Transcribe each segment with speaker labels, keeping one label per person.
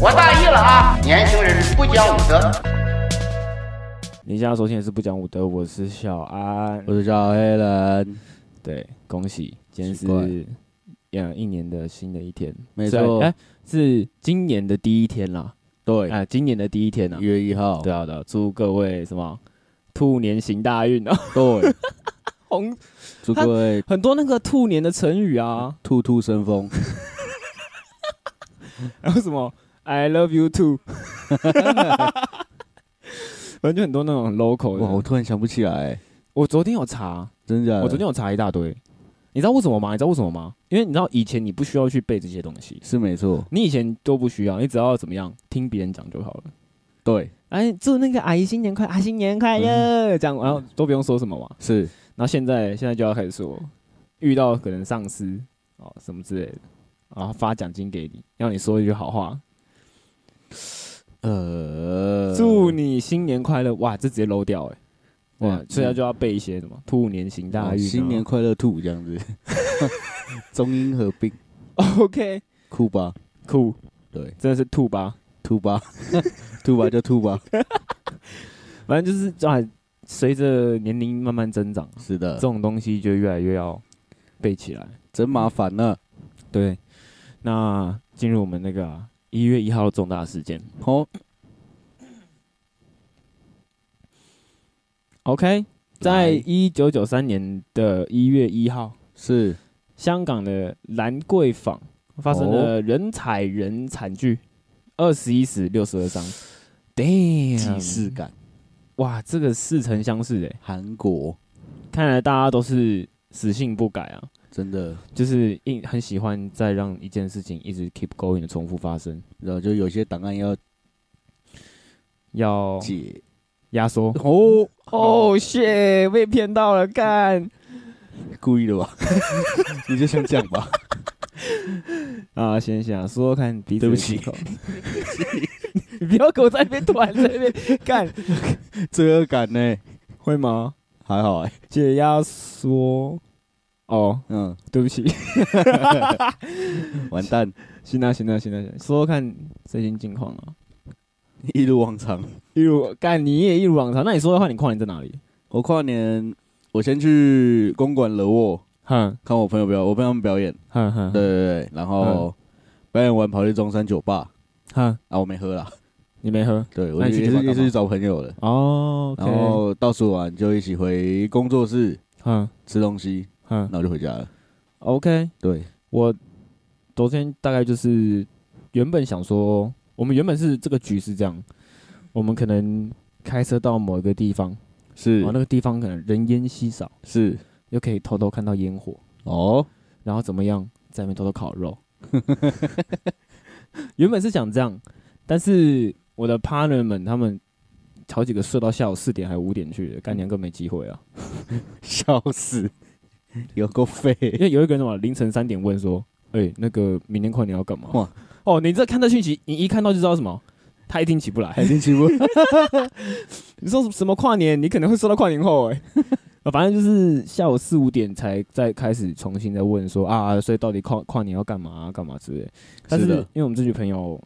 Speaker 1: 我大意了啊！年轻人不讲武德。
Speaker 2: 您现在收听的是不讲武德，我是小安。
Speaker 3: 我是小黑人，
Speaker 2: 对，恭喜，今天
Speaker 3: 奇怪
Speaker 2: 是嗯一年的新的一天，
Speaker 3: 没
Speaker 2: 虽然
Speaker 3: 错
Speaker 2: 哎、是今年的第一天啦，
Speaker 3: 对
Speaker 2: 哎、，今年的第一天啊
Speaker 3: 一，月一号，
Speaker 2: 对啊对啊，祝各位什么兔年行大运啊，
Speaker 3: 对，
Speaker 2: 红
Speaker 3: 祝各位
Speaker 2: 很多那个兔年的成语啊，
Speaker 3: 兔兔生风，
Speaker 2: 还有什么 I love you too，反正就很多那种很 local
Speaker 3: 哇，
Speaker 2: 的。
Speaker 3: 我突然想不起来，
Speaker 2: 我昨天有查，
Speaker 3: 真假的？
Speaker 2: 我昨天有查一大堆，你知道为什么吗？你知道为什么吗？因为你知道以前你不需要去背这些东西，
Speaker 3: 是没错，
Speaker 2: 你以前都不需要，你只要怎么样听别人讲就好了。
Speaker 3: 对，嗯
Speaker 2: 哎，祝那个阿姨新年快，啊，新年快乐，这样然后都不用说什么嘛。
Speaker 3: 是
Speaker 2: 然后现在现在就要开始说，遇到可能上司哦什么之类的，然后发奖金给你，让你说一句好话，
Speaker 3: 呃，
Speaker 2: 祝你新年快乐。哇，这直接漏掉哎、
Speaker 3: 哇嗯
Speaker 2: 哇，所以他就要背一些什么兔年行大
Speaker 3: 哦
Speaker 2: 运、啊
Speaker 3: 新年。快乐兔这样子，中英合并，
Speaker 2: OK，
Speaker 3: 酷吧？
Speaker 2: 酷，
Speaker 3: 对，
Speaker 2: 真的是兔吧？
Speaker 3: 兔吧， 兔吧就兔吧，
Speaker 2: 反正就是啊，随着年龄慢慢增长，
Speaker 3: 是
Speaker 2: 这
Speaker 3: 的，
Speaker 2: 种东西就越来越要背起来。
Speaker 3: 真麻烦呢。
Speaker 2: 对，那进入我们那个一、月一号的重大事件。
Speaker 3: 哦，
Speaker 2: OK，在
Speaker 3: 来
Speaker 2: 一九九三年的一月一号，
Speaker 3: 是
Speaker 2: 香港的兰桂坊发生了人踩人惨剧，二十一死六十二伤。
Speaker 3: 既
Speaker 2: Damn！
Speaker 3: 视感，
Speaker 2: 哇，这个似曾相识诶，
Speaker 3: 韩国
Speaker 2: 看来大家都是死性不改啊，
Speaker 3: 真的，
Speaker 2: 就是硬很喜欢再让一件事情一直 keep going 的重复发生，
Speaker 3: 然后就有些档案要
Speaker 2: 要
Speaker 3: 解
Speaker 2: 压缩。
Speaker 3: 哦，
Speaker 2: 哦，谢，被骗到了，干！
Speaker 3: 故意的吧？ 你就想讲 吧？
Speaker 2: 啊，先想说说看彼此。
Speaker 3: 对不起，
Speaker 2: 你不要给我在那边团在那边干，
Speaker 3: 罪恶感呢？
Speaker 2: 会吗？
Speaker 3: 还好哎、
Speaker 2: 解压缩。哦，
Speaker 3: 嗯，
Speaker 2: 对不 起。
Speaker 3: 完蛋，
Speaker 2: 行啊，行啊，行啊，行啊说说看最近近况啊。
Speaker 3: 一如往常。
Speaker 2: 一如干，你也一如往常。那你说的话，你跨年在哪里？
Speaker 3: 我跨年，我先去公馆惹我
Speaker 2: 哼
Speaker 3: 看我朋友表，我朋友他们表演，
Speaker 2: 哼哼，
Speaker 3: 对对对，然
Speaker 2: 嗯
Speaker 3: 后表演完跑去中山酒吧
Speaker 2: 哼，
Speaker 3: 啊，我没喝啦，
Speaker 2: 你没喝
Speaker 3: 对我
Speaker 2: 那
Speaker 3: 也
Speaker 2: 你去
Speaker 3: 是
Speaker 2: 酒吧
Speaker 3: 也
Speaker 2: 干
Speaker 3: 是
Speaker 2: 嘛
Speaker 3: 去找朋友的，
Speaker 2: 哦
Speaker 3: 然
Speaker 2: ，OK，
Speaker 3: 后倒数完就一起回工作室
Speaker 2: 哼
Speaker 3: 吃东西，
Speaker 2: 哼
Speaker 3: 那我就回家了。
Speaker 2: ，OK。
Speaker 3: 对，
Speaker 2: 我昨天大概就是原本想说，我们原本是这个局是这样，我们可能开车到某一个地方，
Speaker 3: 是
Speaker 2: 然后那个地方可能人烟稀少，
Speaker 3: 是
Speaker 2: 又可以偷偷看到烟火，
Speaker 3: 哦，
Speaker 2: 然后怎么样在那边偷偷烤肉。原本是想这样，但是我的 partner 们他们好几个睡到下午四点还五点去的，干娘更没机会啊！
Speaker 3: 笑死， 有够废，
Speaker 2: 因为有一个人嘛，凌晨三点问说：“哎、那个明天跨年要干嘛？”
Speaker 3: 哇
Speaker 2: 哦，你这看到讯息，你一看到就知道什么，他一定起不来。
Speaker 3: 还真欺负。
Speaker 2: 你说什么跨年，你可能会收到跨年后 哎、啊反正就是下午四五点才再开始重新再问说啊，所以到底跨跨年要干嘛、啊、干嘛之类。但是
Speaker 3: 是的
Speaker 2: 因为我们这群朋友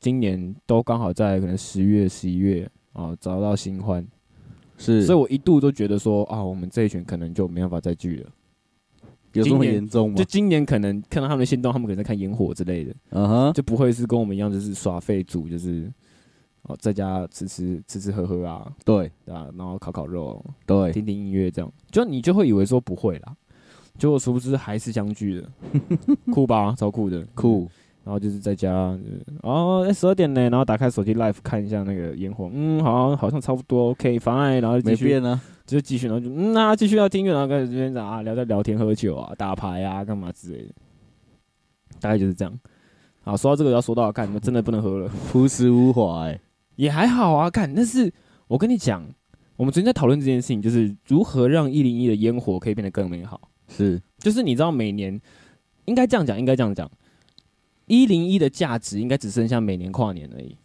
Speaker 2: 今年都刚好在可能十月、十一月啊找到新欢，
Speaker 3: 是，
Speaker 2: 所以我一度都觉得说啊，我们这一群可能就没办法再聚了。
Speaker 3: 有这
Speaker 2: 今
Speaker 3: 么
Speaker 2: 年
Speaker 3: 严重吗
Speaker 2: 就？今年可能看到他们的行动，他们可能在看烟火之类的，
Speaker 3: 嗯 哼，
Speaker 2: 就不会是跟我们一样就是耍废族，就是哦在家吃吃吃吃喝喝啊，
Speaker 3: 对
Speaker 2: 对啊，然后烤烤肉，
Speaker 3: 对，
Speaker 2: 听听音乐这样，就你就会以为说不会啦，结果殊不知还是相聚的，酷吧，超酷的。
Speaker 3: 酷，
Speaker 2: 然后就是在家，呃哦，十二点呢，然后打开手机 live 看一下那个烟火，嗯，好，好像差不多，OK，fine，然后就继
Speaker 3: 没
Speaker 2: 续，
Speaker 3: 变啊，
Speaker 2: 就继续，然后就嗯，那、继续要听音乐，然后开始这边啊聊聊聊天、喝酒啊、打牌啊、干嘛之类的，大概就是这样。好，说到这个要说到，干，你们真的不能喝了。
Speaker 3: 朴实无华哎，
Speaker 2: 也还好啊，看，但是我跟你讲，我们昨天在讨论这件事情，就是如何让一零一的烟火可以变得更美好。
Speaker 3: 是
Speaker 2: 就是你知道，每年应该这样讲，应该这样讲，一零一的价值应该只剩下每年跨年而已。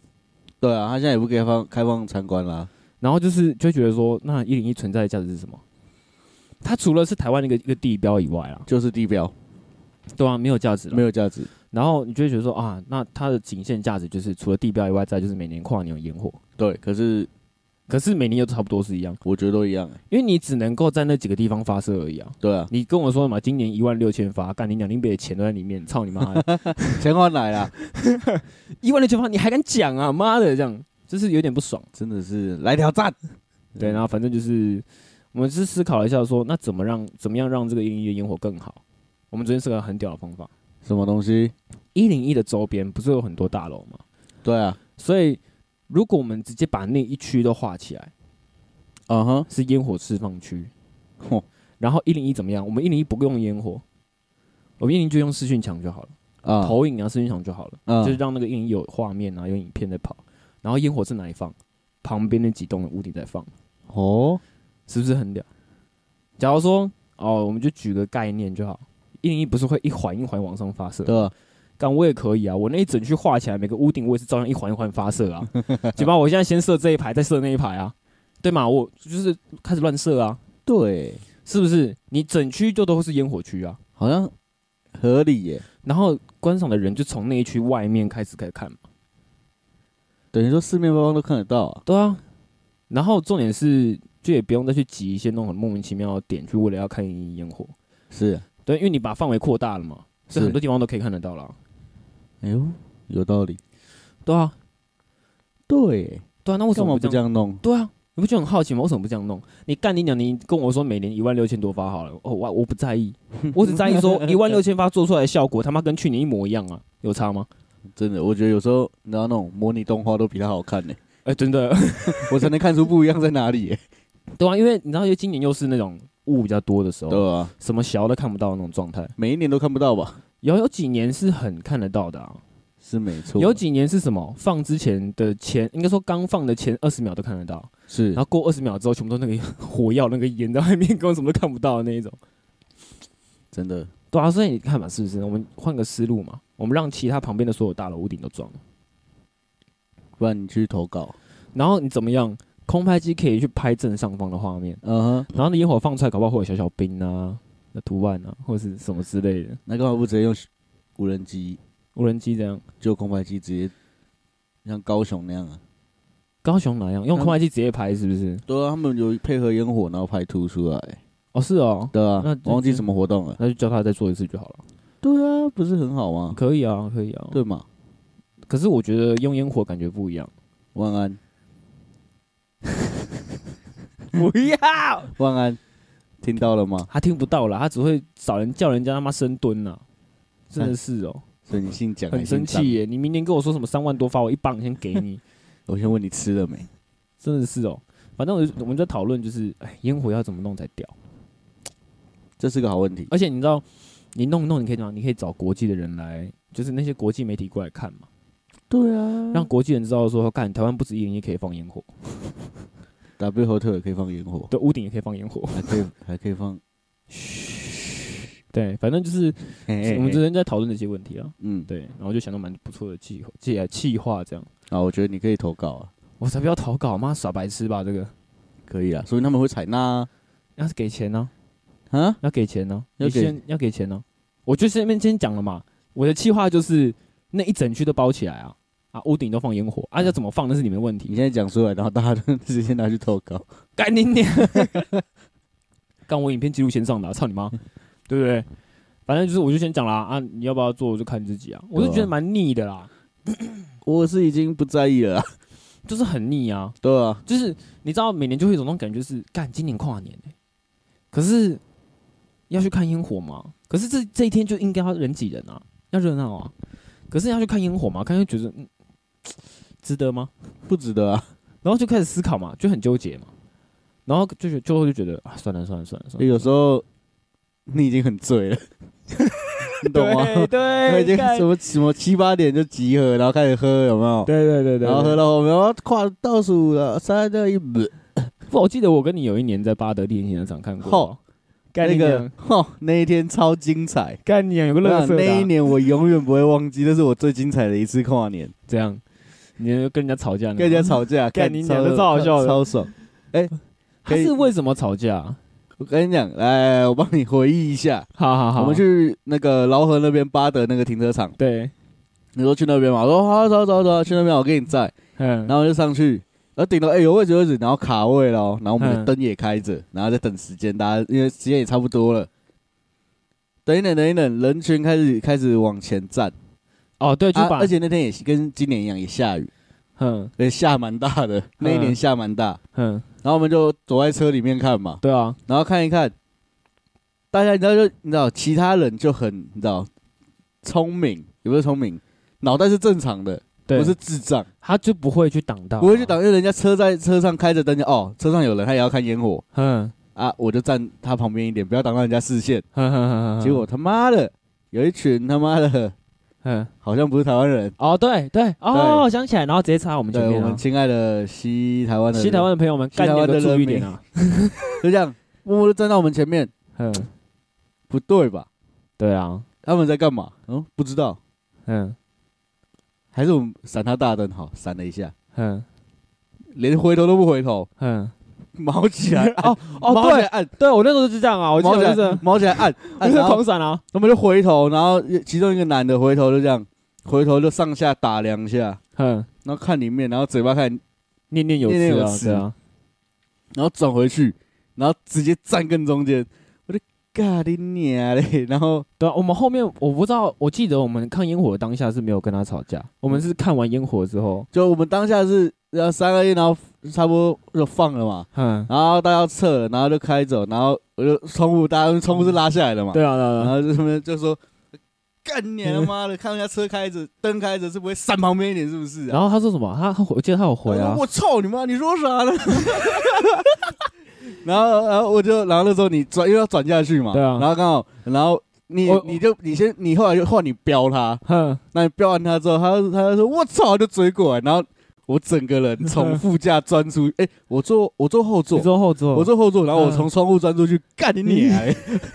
Speaker 3: 对啊，他现在也不开放开放参观啦，
Speaker 2: 然后就是就会觉得说，那一零一存在的价值是什么？它除了是台湾的一个一个地标以外啊，
Speaker 3: 就是地标，
Speaker 2: 对啊，没有价值了
Speaker 3: 没。有价值。
Speaker 2: 然后你就会觉得说啊，那它的仅限价值就是除了地标以外，再就是每年跨年有烟火。
Speaker 3: 对，可是
Speaker 2: 可是每年又差不多是一样，
Speaker 3: 我觉得都一样、欸。
Speaker 2: 因为你只能够在那几个地方发射而已啊。
Speaker 3: 对啊，
Speaker 2: 你跟我说嘛，今年一万六千发，干你两林北的钱都在里面，操你妈 的！
Speaker 3: 钱花来啦，
Speaker 2: 一万六千发你还敢讲啊？妈的，这样就是有点不爽。
Speaker 3: 真的是来挑战。嗯
Speaker 2: 对，然后反正就是我们是思考了一下说那怎么让怎么样让这个一零一的烟火更好？我们昨天是个很屌的方法。
Speaker 3: 什么东西？
Speaker 2: 一零一的周边不是有很多大楼吗？
Speaker 3: 对啊，
Speaker 2: 所以如果我们直接把那一区都画起来，
Speaker 3: 嗯哼，
Speaker 2: 是烟火释放区。
Speaker 3: 嚯
Speaker 2: 然后一零一怎么样？我们一零一不用烟火，我们一零一就用视讯墙就好了，
Speaker 3: 啊，
Speaker 2: 投影啊视讯墙就好了，
Speaker 3: 嗯
Speaker 2: 就是让那个一零一有画面啊，有影片在跑。然后烟火是哪里放？旁边那几栋的屋顶在放，
Speaker 3: 哦，
Speaker 2: 是不是很屌？假如说哦，我们就举个概念就好，一零一不是会一环一环往上发射？
Speaker 3: 对啊，
Speaker 2: 干我也可以啊，我那一整区画起来，每个屋顶我也是照样一环一环发射啊。 就把我现在先射这一排，再射那一排啊，对嘛？我就是开始乱射啊，
Speaker 3: 对，
Speaker 2: 是不是？你整区就都是烟火区啊，
Speaker 3: 好像合理耶、
Speaker 2: 然后观赏的人就从那一区外面开始开始看嘛。
Speaker 3: 等于说四面八方都看得到啊。
Speaker 2: 对啊，然后重点是，就也不用再去挤一些那种很莫名其妙的点去为了要看烟火，
Speaker 3: 是啊，
Speaker 2: 对，因为你把范围扩大了嘛，所以
Speaker 3: 是
Speaker 2: 很多地方都可以看得到啦。
Speaker 3: 哎呦，有道理。
Speaker 2: 对啊，
Speaker 3: 对耶，
Speaker 2: 对啊，那为什
Speaker 3: 干嘛
Speaker 2: 么
Speaker 3: 不
Speaker 2: 不
Speaker 3: 这
Speaker 2: 这样？
Speaker 3: 样弄？
Speaker 2: 对啊。你不觉得很好奇吗？为什么不这样弄？你干你娘！你跟我说每年一万六千多发好了，哦，我我不在 意，我只在意说一万六千发做出来的效果他妈跟去年一模一样啊，有差吗？
Speaker 3: 真的，我觉得有时候你知道那种模拟动画都比它好看呢、
Speaker 2: 哎、真的，
Speaker 3: 我才能看出不一样在哪里耶、
Speaker 2: 对啊，因为你知道，因为今年又是那种雾比较多的时候，
Speaker 3: 对啊，
Speaker 2: 什么小都看不到的那种状态。
Speaker 3: 每一年都看不到吧？
Speaker 2: 有有几年是很看得到的啊，
Speaker 3: 是没错，
Speaker 2: 有几年是什么放之前的前，应该说刚放的前二十秒都看得到，
Speaker 3: 是
Speaker 2: 然后过二十秒之后，全部都那个 火药那个烟在外面，根本什么都看不到的那一种。
Speaker 3: 真的
Speaker 2: 对啊，所以你看嘛，是不是？我们换个思路嘛，我们让其他旁边的所有大楼屋顶都装，
Speaker 3: 不然你去投稿，
Speaker 2: 然后你怎么样？空拍机可以去拍正上方的画面，
Speaker 3: 嗯哼，
Speaker 2: 然后那烟火放出来，搞不好会有小小兵啊、那图案啊，或是什么之类的。
Speaker 3: 那干嘛不直接用无人机，
Speaker 2: 无人机这样，
Speaker 3: 就空白机直接像高雄那样啊？
Speaker 2: 高雄哪样？用
Speaker 3: 嗯
Speaker 2: 空拍机直接拍是不是？
Speaker 3: 对啊，他们有配合烟火，然后拍凸出来。
Speaker 2: 哦，是哦，
Speaker 3: 对啊
Speaker 2: 那，
Speaker 3: 我忘记什么活动了。
Speaker 2: 那就叫他再做一次就好了。
Speaker 3: 对啊，不是很好吗？
Speaker 2: 可以啊，可以啊。
Speaker 3: 对嘛？
Speaker 2: 可是我觉得用烟火感觉不一样。
Speaker 3: 晚安，
Speaker 2: 不要，
Speaker 3: 晚安，听到了吗？
Speaker 2: 他听不到了，他只会找人叫人家他妈深蹲呐、真的是哦，
Speaker 3: 所以你姓蒋，
Speaker 2: 很生气。耶！你明年跟我说什么三万多发，我一棒先给你，
Speaker 3: 我先问你吃了没？
Speaker 2: 真的是哦。反正我就我们在讨论就是，哎，烟火要怎么弄才屌？
Speaker 3: 这是个好问题。
Speaker 2: 而且你知道，你弄一弄，你可以怎么样？你可以找国际的人来，就是那些国际媒体过来看嘛，
Speaker 3: 对啊
Speaker 2: 让
Speaker 3: 让
Speaker 2: 国际人知道说，看台湾不止一零一可以放烟火，
Speaker 3: W 后特也可以放烟火，
Speaker 2: 对，屋顶也可以放烟火。
Speaker 3: 还可以还可以放。
Speaker 2: 对，反正就是
Speaker 3: 嘿嘿嘿
Speaker 2: 我们之前在讨论这些问题啊，
Speaker 3: 嗯，
Speaker 2: 对，然后就想到蛮不错的计划，计呃计划这样，
Speaker 3: 啊，我觉得你可以投稿啊，
Speaker 2: 我才不要投稿，妈耍白痴吧这个，
Speaker 3: 可以啊，所以他们会采纳啊
Speaker 2: 要是给钱呢、
Speaker 3: 啊。
Speaker 2: 要给钱呢、
Speaker 3: 要
Speaker 2: 你
Speaker 3: 给
Speaker 2: 先要给钱呢、我就前面先讲了嘛，我的计划就是那一整区都包起来啊，啊屋顶都放烟火，啊要怎么放那是你们的问
Speaker 3: 你
Speaker 2: 题，
Speaker 3: 现在讲出来，然后大家都直接拿去投 稿，
Speaker 2: 干你娘！干我影片记录先上的啊、操你妈，对不对？反正就是我就先讲啦啊，你要不要做我就看你自己啊，我是
Speaker 3: 对啊
Speaker 2: 觉得蛮腻的啦，
Speaker 3: 我是已经不在意了啊。
Speaker 2: 就是很腻啊。
Speaker 3: 对啊，
Speaker 2: 就是你知道，每年就会有一种感觉是，干今年跨年、欸、可是要去看烟火吗？可是这这一天就应该要人挤人啊，要热闹啊。可是要去看烟火嘛，看就觉得嗯，值得吗？
Speaker 3: 不值得啊。
Speaker 2: 然后就开始思考嘛，就很纠结嘛。然后就觉就会就觉得啊，算了算了算了算了，
Speaker 3: 有时候你已经很醉了， 你懂吗？他
Speaker 2: 对
Speaker 3: 已经什么什么七八点就集合，然后开始喝，有没有？
Speaker 2: 对对对
Speaker 3: 然后喝到后面，要跨倒数了，三二一，不
Speaker 2: 不，我记得我跟你有一年在巴德电影现场看过啊
Speaker 3: 吼，
Speaker 2: 干
Speaker 3: 那
Speaker 2: 你
Speaker 3: 个
Speaker 2: 娘，
Speaker 3: 吼，那一天超精彩。
Speaker 2: 干你娘有个
Speaker 3: 那
Speaker 2: 乐色的啊
Speaker 3: 那一年我永远不会忘记，这是我最精彩的一次跨年，
Speaker 2: 这样，你跟人家吵架，
Speaker 3: 跟人家吵架，
Speaker 2: 嗯干
Speaker 3: 干
Speaker 2: 你
Speaker 3: 超
Speaker 2: 娘的超好笑的
Speaker 3: 超爽。哎，
Speaker 2: 他
Speaker 3: 可以
Speaker 2: 是为什么吵架啊？
Speaker 3: 我跟你讲，来，我帮你回忆一下，
Speaker 2: 好好好，
Speaker 3: 我们去那个劳河那边巴德那个停车场，
Speaker 2: 对，
Speaker 3: 你说去那边嘛？我说好，走走走，去那边，我给你载。
Speaker 2: 嗯，
Speaker 3: 然后我就上去，然后顶到哎有位置有位置，然后卡位了哦，然后我们的
Speaker 2: 嗯
Speaker 3: 灯也开着，然后再等时间，大家因为时间也差不多了。等一等，等一等，人群开始开始往前站，
Speaker 2: 哦对，就
Speaker 3: 啊
Speaker 2: 把
Speaker 3: 而且那天也是跟今年一样，也下雨，
Speaker 2: 嗯
Speaker 3: 也下蛮大的，那一年下蛮大。
Speaker 2: 嗯，
Speaker 3: 然后我们就躲在车里面看嘛，
Speaker 2: 对啊，
Speaker 3: 然后看一看，大家你知道就你知道，其他人就很你知道聪明，也不是聪明，脑袋是正常的，
Speaker 2: 对，啊
Speaker 3: 不是智障。
Speaker 2: 他就不会去挡到，
Speaker 3: 不会去，挡，因为人家车在车上开着灯，哦，车上有人，他也要看烟火
Speaker 2: 嗯
Speaker 3: 啊，我就站他旁边一点，不要挡到人家视线。
Speaker 2: 哼哼哼哼，
Speaker 3: 结果他妈的有一群他妈的
Speaker 2: 嗯。
Speaker 3: 好像不是台湾人，
Speaker 2: 哦，对对，哦，我想起来，然后直接插我们前
Speaker 3: 对我
Speaker 2: 面啊
Speaker 3: 们。亲爱的西台湾的人
Speaker 2: 西台湾的朋友们，
Speaker 3: 西
Speaker 2: 干
Speaker 3: 台
Speaker 2: 你
Speaker 3: 湾
Speaker 2: 个
Speaker 3: 的
Speaker 2: 注
Speaker 3: 人
Speaker 2: 意点
Speaker 3: 民
Speaker 2: 啊！
Speaker 3: 就这样默默的站到我们前面，
Speaker 2: 嗯，
Speaker 3: 不对吧？
Speaker 2: 对啊，
Speaker 3: 他们在干嘛？嗯，不知道，
Speaker 2: 嗯
Speaker 3: 还是我们闪他大灯好，闪了一下，
Speaker 2: 嗯
Speaker 3: 连回头都不回头，
Speaker 2: 嗯，
Speaker 3: 毛起来 按，
Speaker 2: 哦哦，
Speaker 3: 毛起来
Speaker 2: 对
Speaker 3: 按，
Speaker 2: 对，我那时候就是这样啊，我记
Speaker 3: 毛起
Speaker 2: 得
Speaker 3: 来
Speaker 2: 就是
Speaker 3: 按，毛起来按，
Speaker 2: 我
Speaker 3: 按
Speaker 2: 是
Speaker 3: 然后
Speaker 2: 狂闪啊，
Speaker 3: 他们就回头，然后其中一个男的回头就这样，回头就上下打量一下，
Speaker 2: 嗯，
Speaker 3: 然后看里面，然后嘴巴看，
Speaker 2: 念念有
Speaker 3: 念念
Speaker 2: 词
Speaker 3: 有
Speaker 2: 啊，
Speaker 3: 词
Speaker 2: 对啊，
Speaker 3: 然后转回去，然后直接站更中间，我就嘎你娘嘞！ 然后
Speaker 2: 对啊，我们后面我不知道，我记得我们看烟火的当下是没有跟他吵架，我们是看完烟火之后，
Speaker 3: 就我们当下是要三二一，然后差不多就放了嘛，
Speaker 2: 嗯，
Speaker 3: 然后大家要撤了，然后就开走，然后我就窗户，大家窗户是拉下来的嘛，
Speaker 2: 对啊对啊
Speaker 3: 然
Speaker 2: 对啊，
Speaker 3: 后就他们就说。干你他妈的！看人家车开着，灯开着，是不会闪旁边一点是不是、啊？
Speaker 2: 然后他说什么？他他我记得他有回
Speaker 3: 然
Speaker 2: 啊
Speaker 3: 后，我操你妈！你说啥 呢？然后，然后我就，然后那时候你转又要转下去嘛，
Speaker 2: 对啊
Speaker 3: 然后刚好，然后你
Speaker 2: 我
Speaker 3: 你就你先，你后来就换你飙他，
Speaker 2: 哼，
Speaker 3: 那你飙完他之后，他就他就说我操，就追过来，然后我整个人从副驾钻出， 哎，我坐我坐后座
Speaker 2: 你，说后座，
Speaker 3: 我坐后座，然后我
Speaker 2: 嗯
Speaker 3: 从窗户钻出去，干你 你啊！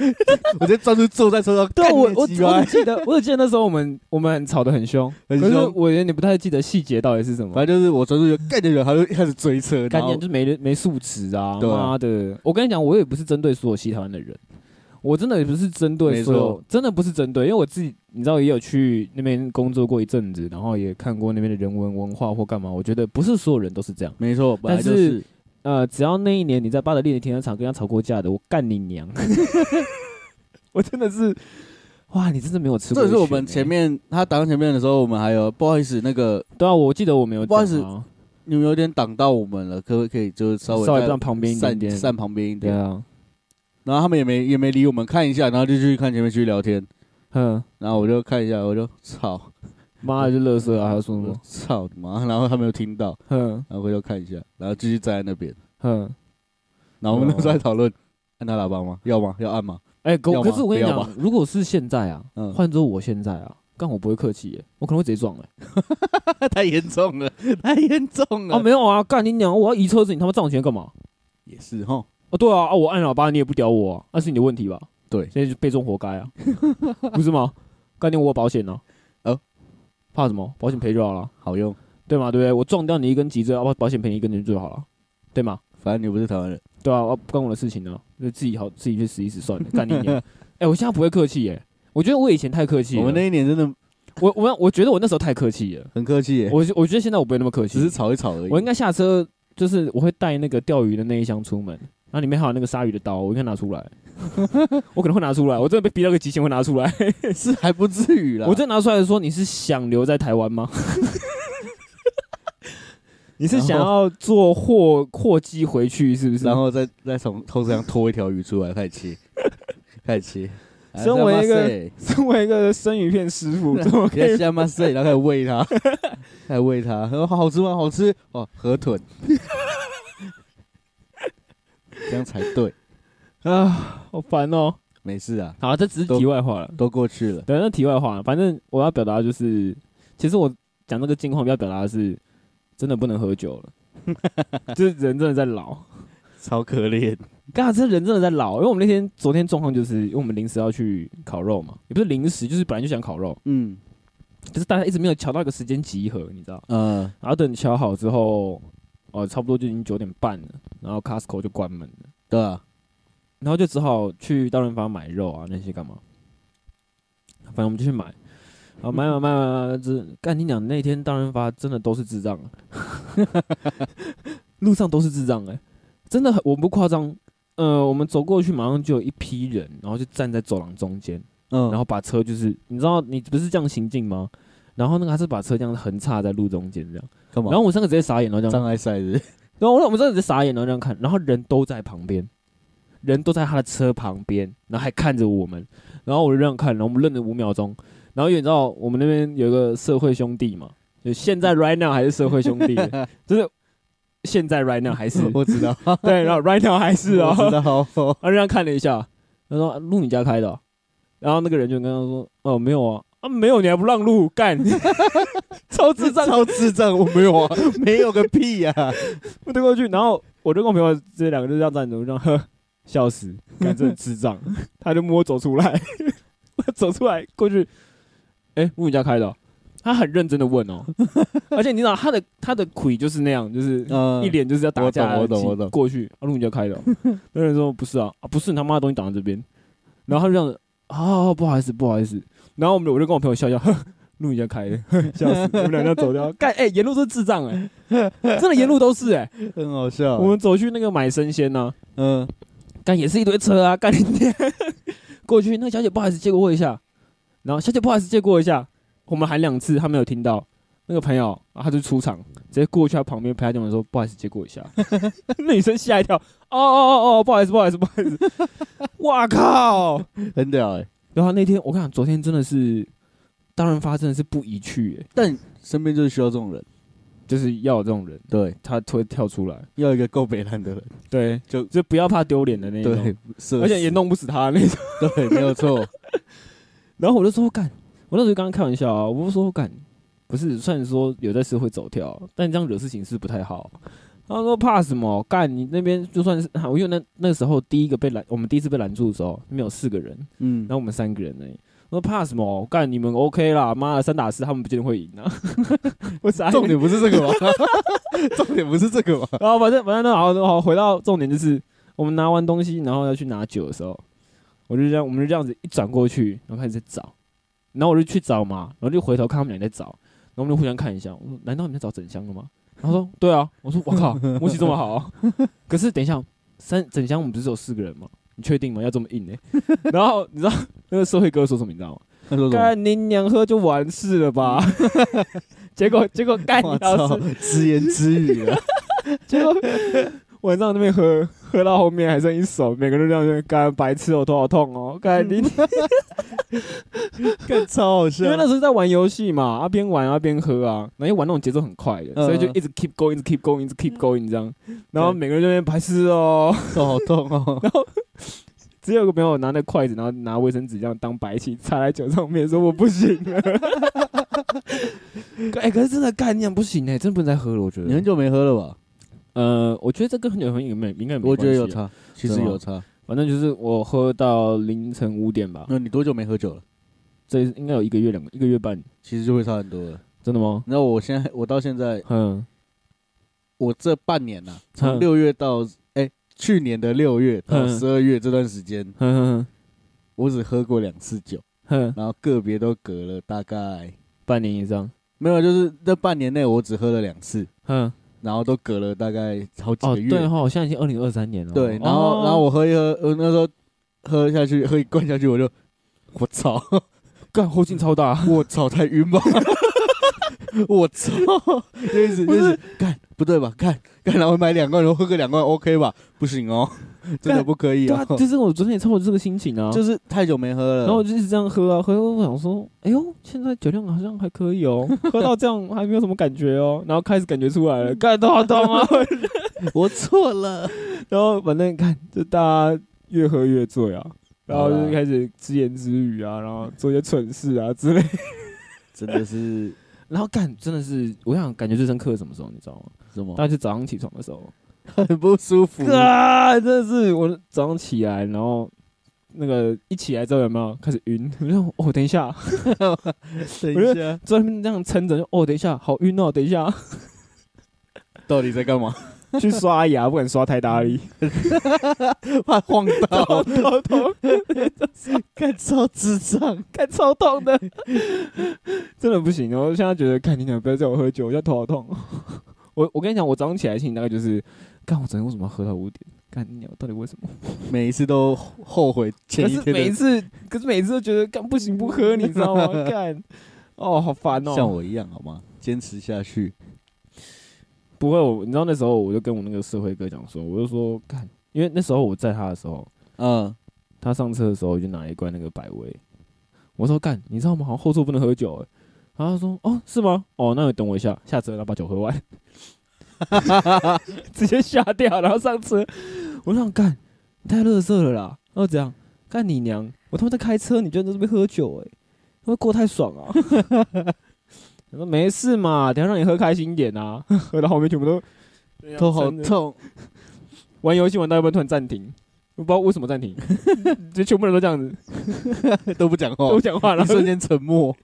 Speaker 3: 我直接钻出去坐在车上，
Speaker 2: 对啊，
Speaker 3: 干你
Speaker 2: 我我我
Speaker 3: 鸡巴
Speaker 2: 只记得，我只记得那时候我们我们很吵得很凶，
Speaker 3: 很
Speaker 2: 可是
Speaker 3: 凶
Speaker 2: 我有点不太记得细节到底是什么。
Speaker 3: 反正就是我钻出去，干你了，他就开始追车，然
Speaker 2: 概
Speaker 3: 后
Speaker 2: 念就是没人没素质啊！
Speaker 3: 对啊
Speaker 2: 妈的，我跟你讲，我也不是针对所有西台湾的人，我真的也不是针对
Speaker 3: 没
Speaker 2: 所
Speaker 3: 错
Speaker 2: 有，真的不是针对，因为我自己你知道也有去那边工作过一阵子，然后也看过那边的人文文化或干嘛，我觉得不是所有人都是这样。
Speaker 3: 没错，本来
Speaker 2: 但
Speaker 3: 就是是
Speaker 2: 呃，只要那一年你在巴德利的停车场跟他吵过架的，我干你 娘！我真的是，哇，你真的没有吃过、欸
Speaker 3: 这是我们前，面他挡前面的时候，我们还有不好意思，那个
Speaker 2: 对啊，我记得我没有、啊，
Speaker 3: 不好意思你们有点挡到我们了，可不可以就是稍微
Speaker 2: 稍微
Speaker 3: 再
Speaker 2: 站旁边一点点
Speaker 3: 散散旁边一
Speaker 2: 对
Speaker 3: 点？
Speaker 2: 啊，
Speaker 3: 然后他们也没也没理我们，看一下，然后就去看前面去聊天。
Speaker 2: 哼，
Speaker 3: 然后我就看一下，我就操，
Speaker 2: 妈的就乐色啊，还要说什
Speaker 3: 我就
Speaker 2: 么？
Speaker 3: 操你妈！然后他没有听到，
Speaker 2: 哼
Speaker 3: 然后回头看一下，然后继续站在那边。
Speaker 2: 哼。
Speaker 3: 然后我们
Speaker 2: 哦
Speaker 3: 那时候在讨论，按他喇叭吗？要吗？要按吗？
Speaker 2: 哎、可
Speaker 3: 要
Speaker 2: 可
Speaker 3: 吗
Speaker 2: 是我跟你
Speaker 3: 不要
Speaker 2: 讲，如果是现在啊，
Speaker 3: 嗯
Speaker 2: 换做我现在啊，干我不会客气耶，我可能会直接撞哎、
Speaker 3: 太严重了，太严重
Speaker 2: 啊，
Speaker 3: 了。
Speaker 2: 没有啊，干你娘！我要移车子，你他妈站我前面干嘛？
Speaker 3: 也是哈，
Speaker 2: 哦，对啊，啊，我按喇叭你也不屌我、啊，那是你的问题吧？
Speaker 3: 对
Speaker 2: 现在就被撞活该啊， 不是吗？干你我有保险呢、啊，
Speaker 3: 哦
Speaker 2: 怕什么？保险赔就好了，
Speaker 3: 好用。
Speaker 2: 对吗？对不对？我撞掉你一根脊椎，啊，保险赔你一根脊椎就好了，对吗？
Speaker 3: 反正你不是台湾人，
Speaker 2: 对啊，啊不关我的事情呢、就自己好自己去死一死算了，干你 娘！哎、我现在不会客气耶、我觉得我以前太客气了，
Speaker 3: 我们那一年真的
Speaker 2: 我我我觉得我那时候太客气了。
Speaker 3: 很客气耶，
Speaker 2: 我我觉得现在我不会那么客气，
Speaker 3: 只是吵一吵而已。
Speaker 2: 我应该下车就是我会带那个钓鱼的那一箱出门，然后里面还有那个鲨鱼的刀，我应该拿出来。 我可能会拿出来，我真的被逼到一个极限会拿出来。
Speaker 3: 该是还不至于啦。
Speaker 2: 我真的拿出来说，你是想留在台湾 吗？你是想
Speaker 3: 然
Speaker 2: 要做货货机回去是不是？
Speaker 3: 然后再再从后车厢拖一条鱼出来，开始切， 开始切。
Speaker 2: 身为一个身为一个生鱼片师 傅，怎么可以
Speaker 3: 别哎下马塞，然后开始喂它，开始喂它，说好吃吗？好吃哦，河豚， 这样才对，
Speaker 2: 啊？好烦哦！
Speaker 3: 没事啊，
Speaker 2: 好，这只是题外话了。
Speaker 3: 都过去了。
Speaker 2: 对，那题外话，反正我要表达的就是，其实我讲这个近况，要表达的是，真的不能喝酒了，就是人真的在老。
Speaker 3: 超可怜，
Speaker 2: 嘎，这人真的在老，因为我们那天昨天状况就是，因为我们临时要去烤肉嘛，也不是临时，就是本来就想烤肉，
Speaker 3: 嗯
Speaker 2: 可是大家一直没有瞧到一个时间集合，你知道？
Speaker 3: 呃，
Speaker 2: 然后等瞧好之后，哦、差不多就已经九点半了，然后 Costco 就关门了。
Speaker 3: 对啊，
Speaker 2: 然后就只好去大润发买肉啊那些干嘛，反正我们就去买，啊买买买买买，这干你讲那天大润发真的都是智障、啊， 路上都是智障哎、真的很我不夸张，呃，我们走过去马上就有一批人，然后就站在走廊中间，
Speaker 3: 嗯，
Speaker 2: 然后把车就是你知道你不是这样行进吗？然后那个他是把车这样横插在路中间这样，
Speaker 3: 干嘛？
Speaker 2: 然后我们三个直接傻眼了这样，
Speaker 3: 障碍赛日，
Speaker 2: 然后我们真的是傻眼，然后这样看，然后人都在旁边，人都在他的车旁边，然后还看着我们，然后我就这样看，然后我们愣了五秒钟，然后因为你知道我们那边有一个社会兄弟嘛，就现 在 right now 还是社会兄弟，就是现在 right now 还 是
Speaker 3: 我知道，
Speaker 2: 对，然后 right now 还是哦，
Speaker 3: 我知道，
Speaker 2: 他这样看了一下，他说啊：“路你家开的哦、然后那个人就跟他说：“哦，没有啊，啊没有，你还不让路，干， 超智障，
Speaker 3: 超智障，我没有 啊，没有个屁呀、啊！
Speaker 2: 我推过去，然后我就跟我朋友这两个就这样站着，我就这样呵，笑 死，干这智障，他就摸我走出来， 我走出来过去，哎、路你家开的哦、他很认真的问 哦，而且你知道他的他的鬼就是那样，就是
Speaker 3: 嗯
Speaker 2: 一脸就是要打架，
Speaker 3: 我懂我懂我懂
Speaker 2: 过去，啊，路你就 开了。那人说不是啊，啊不是你他妈的东西挡在这边，然后他就这样子，啊、不好意思不好意思，然后我们我就跟我朋友笑 笑，呵路你就开了，呵笑死，我们俩就走掉，干哎、沿路都是智障 哎、真的沿路都是哎、
Speaker 3: 很好 笑。
Speaker 2: 我们走去那个买生鲜呐、
Speaker 3: 嗯，
Speaker 2: 干也是一堆车啊，干 你爹过去那个小姐不好意思借过我一下，然后小姐不好意思借过我一下，我们喊两次，她没有听到。那个朋友啊，他就出场，直接过去他旁边陪他讲说：“不好意思，借过一下。” 那女生吓一跳，哦哦哦哦，不好意思，不好意思，不好意思。 哇靠！
Speaker 3: 很屌哎、
Speaker 2: 然后那天我跟你讲，昨天真的是，大润发真的是不宜去、欸，
Speaker 3: 但身边就是需要这种人，
Speaker 2: 就是要有这种人，
Speaker 3: 对，
Speaker 2: 他会跳出来，
Speaker 3: 要一个够北烂的人，
Speaker 2: 对，
Speaker 3: 就
Speaker 2: 就不要怕丢脸的那一种，
Speaker 3: 对，社死
Speaker 2: 而且 也弄不死他那种。
Speaker 3: 对，没有错，
Speaker 2: 然后我就说干，我那时候刚刚开玩笑啊，我就说干，不是，虽然说有在社会走跳，但这样惹事情是不太好。他说怕什么？干你那边就算是， 啊我因为那那时候第一个被拦，我们第一次被拦住的时候，那边有四个人，
Speaker 3: 嗯
Speaker 2: 然，后我们三个人呢。我说怕什么？干你们 OK 啦，妈的三打四他们不见得会赢啊！ 我傻眼
Speaker 3: 重点不是这个吧？ 重点不是这个吧？
Speaker 2: 然后反正反正那好好回到重点，就是我们拿完东西，然后要去拿酒的时候，我就这样，我们就这样子一转过去，然后开始在找，然后我就去找嘛，然后就回头看他们俩在找，然后我们就互相看一下，我说难道你们在找整箱的吗？然后说对啊，我说我靠，默契这么好、啊 可是等一下，三整箱我们不是只有四个人吗？你确定吗？要这么硬呢、 然后你知道那个社会哥说什么？你知道吗？
Speaker 3: 他说什么？嗯
Speaker 2: 干你娘，喝就完事了吧？ 结果结果干
Speaker 3: 我
Speaker 2: 你老
Speaker 3: 操
Speaker 2: 师，，
Speaker 3: 只言只语啊！
Speaker 2: 结果晚上那边喝喝到后面还剩一手，每个人都这样干，白痴哦，头好痛 哦，干你！因
Speaker 3: 干超好笑
Speaker 2: 为那时候在玩游戏嘛，啊边玩啊边喝啊，然后又玩那种节奏很快的，
Speaker 3: 嗯
Speaker 2: 所以就一直 keep going，一直 keep going，一直 keep going 这样，然后每个人就在那边白痴哦，
Speaker 3: 手好痛哦！
Speaker 2: 只有一个朋友拿那筷子，然后拿卫生纸这样当白旗插在酒上面，说我不行了。 哎、可是真的概念不行哎、真的不能再喝了，我觉
Speaker 3: 你很。久没喝了吧？
Speaker 2: 呃，我觉得这跟很久很有没应该没
Speaker 3: 我觉得有
Speaker 2: 关系啊，
Speaker 3: 差，其实
Speaker 2: 是吗
Speaker 3: 有差。
Speaker 2: 反正就是我喝到凌晨五点吧，
Speaker 3: 那你多久没喝酒了？
Speaker 2: 这应该有一个月两个一个月半，
Speaker 3: 其实就会差很多了。
Speaker 2: 真的吗？
Speaker 3: 那我现在，我到现在，
Speaker 2: 嗯，
Speaker 3: 我这半年呐、从
Speaker 2: 嗯
Speaker 3: 六月到哎、去年的六月到
Speaker 2: 嗯
Speaker 3: 十二月这段时间，
Speaker 2: 哼哼
Speaker 3: 我只喝过两次酒，
Speaker 2: 哼，
Speaker 3: 然后个别都隔了大概
Speaker 2: 半年以上，
Speaker 3: 没有，就是那半年内我只喝了两次，
Speaker 2: 哼，
Speaker 3: 然后都隔了大概好几
Speaker 2: 哦，
Speaker 3: 个月。
Speaker 2: 对哈，我现在已经二零二三年了，
Speaker 3: 对然
Speaker 2: 哦
Speaker 3: 后、然后我喝一喝，我那时候喝下去，喝一灌下去，我就我操，
Speaker 2: 干后劲超大，
Speaker 3: 我操，太晕吧！ 我操，就一直
Speaker 2: 不
Speaker 3: 就是是干不对吧？干干，然后买两罐，然后喝个两罐，OK 吧？不行哦，真的不可以
Speaker 2: 对啊
Speaker 3: 哦，，
Speaker 2: 就是我昨天也差不多这个心情 啊，
Speaker 3: 就是太久没喝了。
Speaker 2: 然后我就一直这样喝啊，喝，我想说，哎呦，现在酒量好像还可以 哦，喝到这样还没有什么感觉哦，然后开始感觉出来 了，干都好痛啊，
Speaker 3: 我错了，
Speaker 2: 然后反正看就大家越喝越醉啊，然后
Speaker 3: 好
Speaker 2: 就
Speaker 3: 啦
Speaker 2: 开始自言自语啊，然后做一些蠢事啊之类的，
Speaker 3: 真的是
Speaker 2: 然后干真的是，我想感觉最深刻是什么时候，你知道吗？
Speaker 3: 什
Speaker 4: 哦
Speaker 3: 么
Speaker 2: 大概是早上起床的时候，
Speaker 3: 很不舒
Speaker 4: 嗯
Speaker 3: 服。
Speaker 2: 啊，真的是我早上起来，然后那个一起来之后有没有开始晕？ 我就想哦，等一下，
Speaker 3: 等
Speaker 2: 一
Speaker 3: 下，
Speaker 2: 坐在那边这样撑着，就哦，等一下，好晕哦，等一下，
Speaker 3: 到底在干嘛？
Speaker 4: 去刷牙不敢刷太大 力，
Speaker 3: 怕晃到，
Speaker 4: 头 痛，
Speaker 3: 看超智障。
Speaker 4: 看超痛 的，真的不行。我现在觉得，看你俩不要叫我喝酒，我现在头好 痛。我我跟你讲，我早上起来心情大概就是，看我昨天为什么要喝到五点？看你俩到底为什么？
Speaker 3: 每一次都后悔前
Speaker 4: 可
Speaker 3: 一
Speaker 4: 是
Speaker 3: 天
Speaker 4: 每一
Speaker 3: 的，
Speaker 4: 次，可是每次都觉得干不行不喝，你知道 吗？干，哦，好烦哦。
Speaker 3: 像我一样好吗？坚持下去，
Speaker 2: 不会，我你知道那时候我就跟我那个社会哥讲说，我就说看，因为那时候我在他的时候，
Speaker 3: 嗯，
Speaker 2: 他上车的时候我就拿了一罐那个百威，我说干，你知道吗？好像后座不能喝酒、欸，然后他说哦是吗？哦，那你等我一下，下车然后把酒喝完， 直接下掉，然后上车，我想干，你太乐色了啦，然后怎样？干你娘！我他妈在开车，你居然在这边喝酒、欸，哎，会过得太爽啊！他说没事嘛，等一下让你喝开心一点啊，喝到后面全部都
Speaker 3: 头好
Speaker 2: 真的
Speaker 3: 痛。
Speaker 2: 玩游戏玩到一半突然暂停，我不知道为什么暂停，就全部人都这样子
Speaker 3: 都不讲话，
Speaker 2: 都不讲话，然
Speaker 3: 一
Speaker 2: 后
Speaker 3: 瞬间沉默。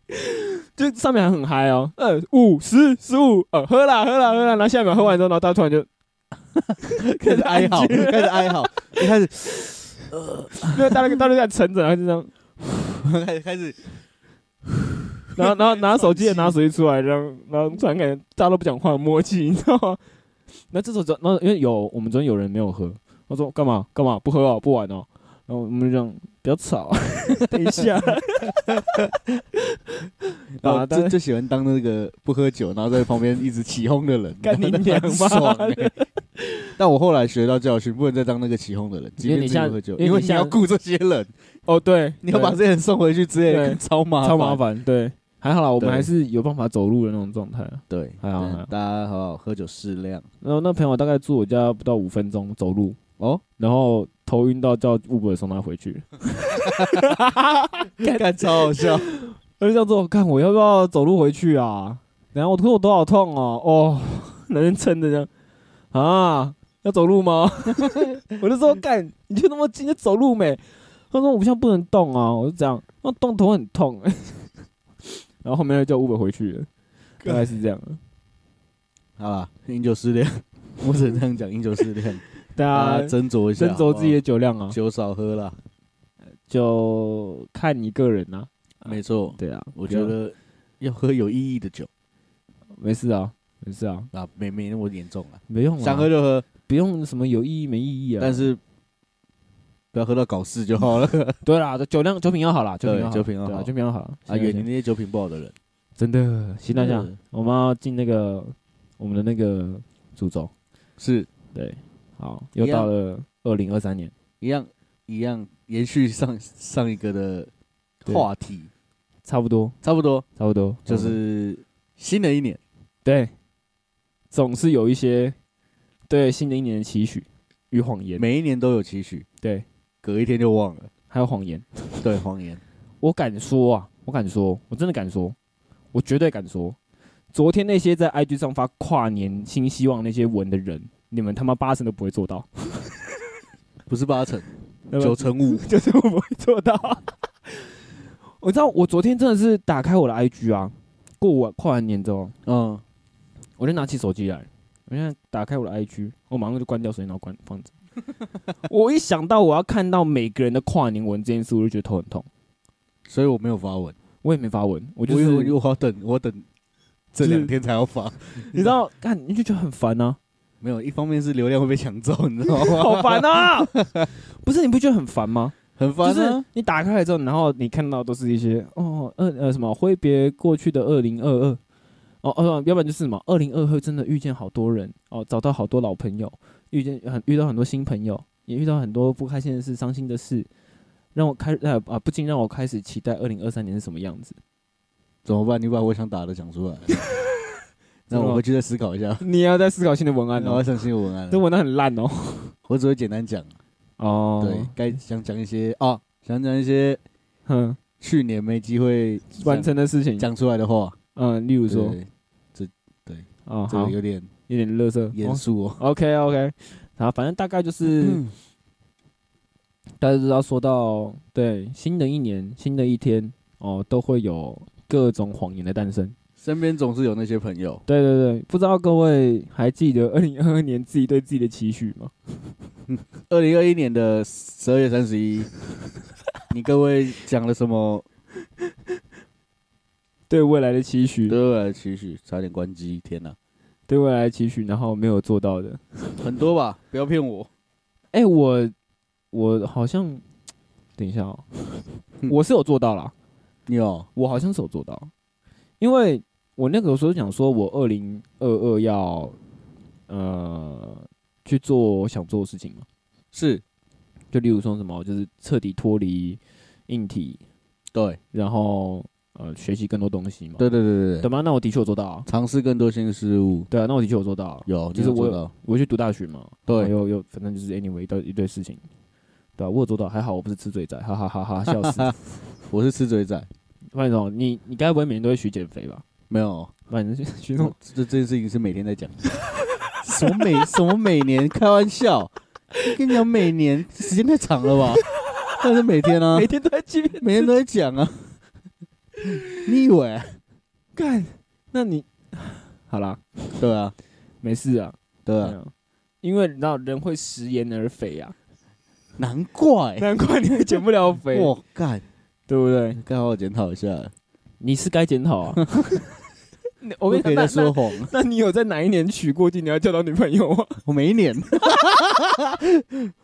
Speaker 2: 就上面还很嗨哦，呃五十十五呃喝啦喝啦喝啦，然后下一秒喝完之后，然后大家突然就
Speaker 3: 开始哀嚎，开始哀嚎，一开始
Speaker 2: 没有大家大家就在撑着，然后就这 样，
Speaker 3: 开始开始，
Speaker 2: 然后然后拿手机也拿手机出来，然后然后突然感觉大家都不讲话，默契，你知道吗？ 那这时候就然后因为有我们昨天有人没有喝，我说干嘛干嘛不喝哦不玩哦，然后我们就这样不要吵，啊 等一下，
Speaker 3: 然
Speaker 2: 啊
Speaker 3: 后
Speaker 2: 但
Speaker 3: 就哦就喜欢当那个不喝酒，然后在旁边一直起哄的人，
Speaker 2: 干你 娘
Speaker 3: 很
Speaker 2: 妈
Speaker 3: 爽欸！但我后来学到教训，不能再当那个起哄的人，即
Speaker 2: 因为
Speaker 3: 便
Speaker 2: 你
Speaker 3: 自己
Speaker 2: 下
Speaker 3: 不喝酒，
Speaker 2: 因为
Speaker 3: 因为
Speaker 2: 你
Speaker 3: 你
Speaker 2: 下
Speaker 3: 要顾这些人，
Speaker 2: 哦对，
Speaker 3: 你要把这些人送回去之类的，
Speaker 2: 对
Speaker 3: 超 麻
Speaker 2: 超麻。烦，对，还好啦，我们
Speaker 3: 对
Speaker 2: 还是有办法走路的那种状态啊。
Speaker 3: 对，
Speaker 2: 还好还好
Speaker 3: 嗯大家好好喝酒适量
Speaker 2: 然后那朋友大概住我家不到五分钟走路，
Speaker 3: 哦。
Speaker 2: 然后头晕到叫 Uber 送他回去。
Speaker 3: 干超 好笑，
Speaker 2: 我就想说，看我要不要走路回去啊？然后我腿我头好痛哦，哦， 男人撑着这样啊，要走路吗？ 我就说干，你就那么近就走路没？他说我现在不能动啊，我就这样，那动头很痛、 然后后面又叫 Uber 回去了，大概是这样。
Speaker 3: 好啦，饮酒适量， 我只能这样讲，饮酒适 量，
Speaker 2: 大
Speaker 3: 大
Speaker 2: 家
Speaker 3: 家斟酌一下，
Speaker 2: 斟酌自己的
Speaker 3: 好
Speaker 2: 酒量啊
Speaker 3: 不好，酒少喝啦。
Speaker 2: 就看你个人呐、啊
Speaker 3: 没错，
Speaker 2: 对啊，
Speaker 3: 我觉得要喝有意义的酒
Speaker 2: 没事啊，没事啊，
Speaker 3: 啊，没没那么严重了，
Speaker 2: 没用啊，
Speaker 3: 想喝就喝，
Speaker 2: 不用什么有意义没意义啊。
Speaker 3: 但是不要喝到搞事就 好了啊
Speaker 2: 对啦，酒量酒品要好啦，酒
Speaker 3: 对
Speaker 2: 品要好
Speaker 3: 酒品要
Speaker 2: 对啊
Speaker 3: 好
Speaker 2: 酒品要好
Speaker 3: 啊！远离那些酒品不好的人。
Speaker 2: 真的，行大家
Speaker 3: 真的，
Speaker 2: 我们要进那个我们的那个主轴，
Speaker 3: 是
Speaker 2: 对，好，又
Speaker 3: 一样
Speaker 2: 到了二零二三年，
Speaker 3: 一样一样延续上上一个的
Speaker 2: 对嗯
Speaker 3: 话题，
Speaker 2: 差不多，
Speaker 3: 差不多
Speaker 2: 差不多，
Speaker 3: 就
Speaker 2: 差不多
Speaker 3: 是新的一年，
Speaker 2: 对，总是有一些对新的一年的期许与谎言，
Speaker 3: 每一年都有期许，
Speaker 2: 对，
Speaker 3: 隔一天就忘了。
Speaker 2: 还有谎言。
Speaker 3: 对，谎言，
Speaker 2: 我敢说啊，我敢说，我真的敢说，我绝对敢说。昨天那些在 IG 上发跨年新希望那些文的人，你们他妈八成都不会做到，
Speaker 3: 不是八 成，九成五。
Speaker 2: 就是我不会做到。 我知道，我昨天真的是打开我的 IG 啊，过完跨完年之后，
Speaker 3: 嗯，
Speaker 2: 我就拿起手机来，我现在打开我的 IG，我马上就关掉手机，然后关放 着。我一想到我要看到每个人的跨年文这件事，我就觉得头很痛。
Speaker 3: 所以我没有发文，
Speaker 2: 我也没发文，我
Speaker 3: 我
Speaker 2: 就是
Speaker 3: 我我要等我等这
Speaker 2: 就是
Speaker 3: 两天才要发。
Speaker 2: 你知道，看你就觉得很烦啊。
Speaker 3: 没有，一方面是流量会被抢走，你知道 吗？
Speaker 2: 好烦啊！不是你不觉得很烦吗？
Speaker 3: 很烦
Speaker 2: 就
Speaker 3: 啊
Speaker 2: 是。你打开来之后，然后你看到都是一些哦，呃呃什么挥别过去的二零二二，哦哦，要不然就是什么二零二二真的遇见好多人哦，找到好多老朋友，遇见很遇到很多新朋友，也遇到很多不开心的事、伤心的事，让我开呃啊不禁让我开始期待二零二三年是什么样子。
Speaker 3: 怎么办？你把我想打的讲 出来，那我回去再思考一下。
Speaker 2: 你要在思考新的文案
Speaker 3: 那我要
Speaker 2: 哦，
Speaker 3: 上新的文案
Speaker 2: 这
Speaker 3: 了，
Speaker 2: 文案很烂哦。
Speaker 3: 我只会简单讲。
Speaker 2: 哦，
Speaker 3: 对，，该想讲一些啊，想讲一些
Speaker 2: 嗯，
Speaker 3: 去年没机会
Speaker 2: 完成的事情，
Speaker 3: 讲出来的话。
Speaker 2: 嗯，例如
Speaker 3: 比
Speaker 2: 说，哦，
Speaker 3: 这
Speaker 2: 好
Speaker 3: 个，有点
Speaker 2: 有点乐色，
Speaker 3: 严肃哦。
Speaker 2: OK OK，然后反正大概就是、
Speaker 3: 嗯
Speaker 2: 大家都知道，说到对新的一年、新的一天哦，都会有各种谎言的诞生。
Speaker 3: 身边总是有那些朋友，
Speaker 2: 对对对，不知道各位还记得 二零二二年自己对自己的期许吗？
Speaker 3: 二零二一年的十二月三十 一，你各位讲了什么？
Speaker 2: 对未来的期许，
Speaker 3: 对我来期许，差点关机，天哪、
Speaker 2: 对未来的期许，然后没有做到的。
Speaker 3: 很多吧？不要骗我。
Speaker 2: 哎、我我好像，等一下哦，
Speaker 3: 嗯
Speaker 2: 我是有做到啦，
Speaker 3: 你有？
Speaker 2: 我好像是有做到，因为我那个时候讲说，我二零二二要呃去做我想做的事情嘛，
Speaker 3: 是
Speaker 2: 就例如说什么，就是彻底脱离硬体，
Speaker 3: 对，
Speaker 2: 然后呃学习更多东西嘛。
Speaker 3: 对对对对
Speaker 2: 对
Speaker 3: 对，
Speaker 2: 吗？那我的确有做到啊。
Speaker 3: 尝试更多新事物，
Speaker 2: 对啊，那我的确有做到啊。
Speaker 3: 有，
Speaker 2: 就是
Speaker 3: 你有
Speaker 2: 我
Speaker 3: 做到
Speaker 2: 我去读大学嘛，哦
Speaker 3: 对
Speaker 2: 又又反正就是 anyway 到一堆事情，对啊，我有做到，还好我不是吃嘴仔，哈哈哈哈，笑死。
Speaker 3: 我是吃嘴仔，
Speaker 2: 范总，你你该不会每天都会许减肥吧？
Speaker 3: 没有，
Speaker 2: 反正许
Speaker 3: 这
Speaker 2: 总，
Speaker 3: 这件事情是每天在讲， 什么每什么每年开玩笑，跟你讲每年时间太长了吧？但是每天啊
Speaker 2: 每，天都在见面
Speaker 3: 每天都在讲啊，你以为？啊
Speaker 2: 干，那你 好啦，
Speaker 3: 对啊，
Speaker 2: 没事啊，
Speaker 3: 对
Speaker 2: 对
Speaker 3: 啊，
Speaker 2: 啊因为你知道人会食言而肥啊，
Speaker 3: 难怪，
Speaker 2: 难怪你会减不了 肥，
Speaker 3: 我干，
Speaker 2: 对不对？
Speaker 3: 该好好检讨一下，
Speaker 2: 你是该检讨啊。你 我
Speaker 3: 不
Speaker 2: 跟你
Speaker 3: 可以
Speaker 2: 讲
Speaker 3: 再
Speaker 2: 那
Speaker 3: 说
Speaker 2: 那
Speaker 3: 谎。
Speaker 2: 那你有在哪一年娶过你要交到女朋友啊 吗？
Speaker 3: 我每一年，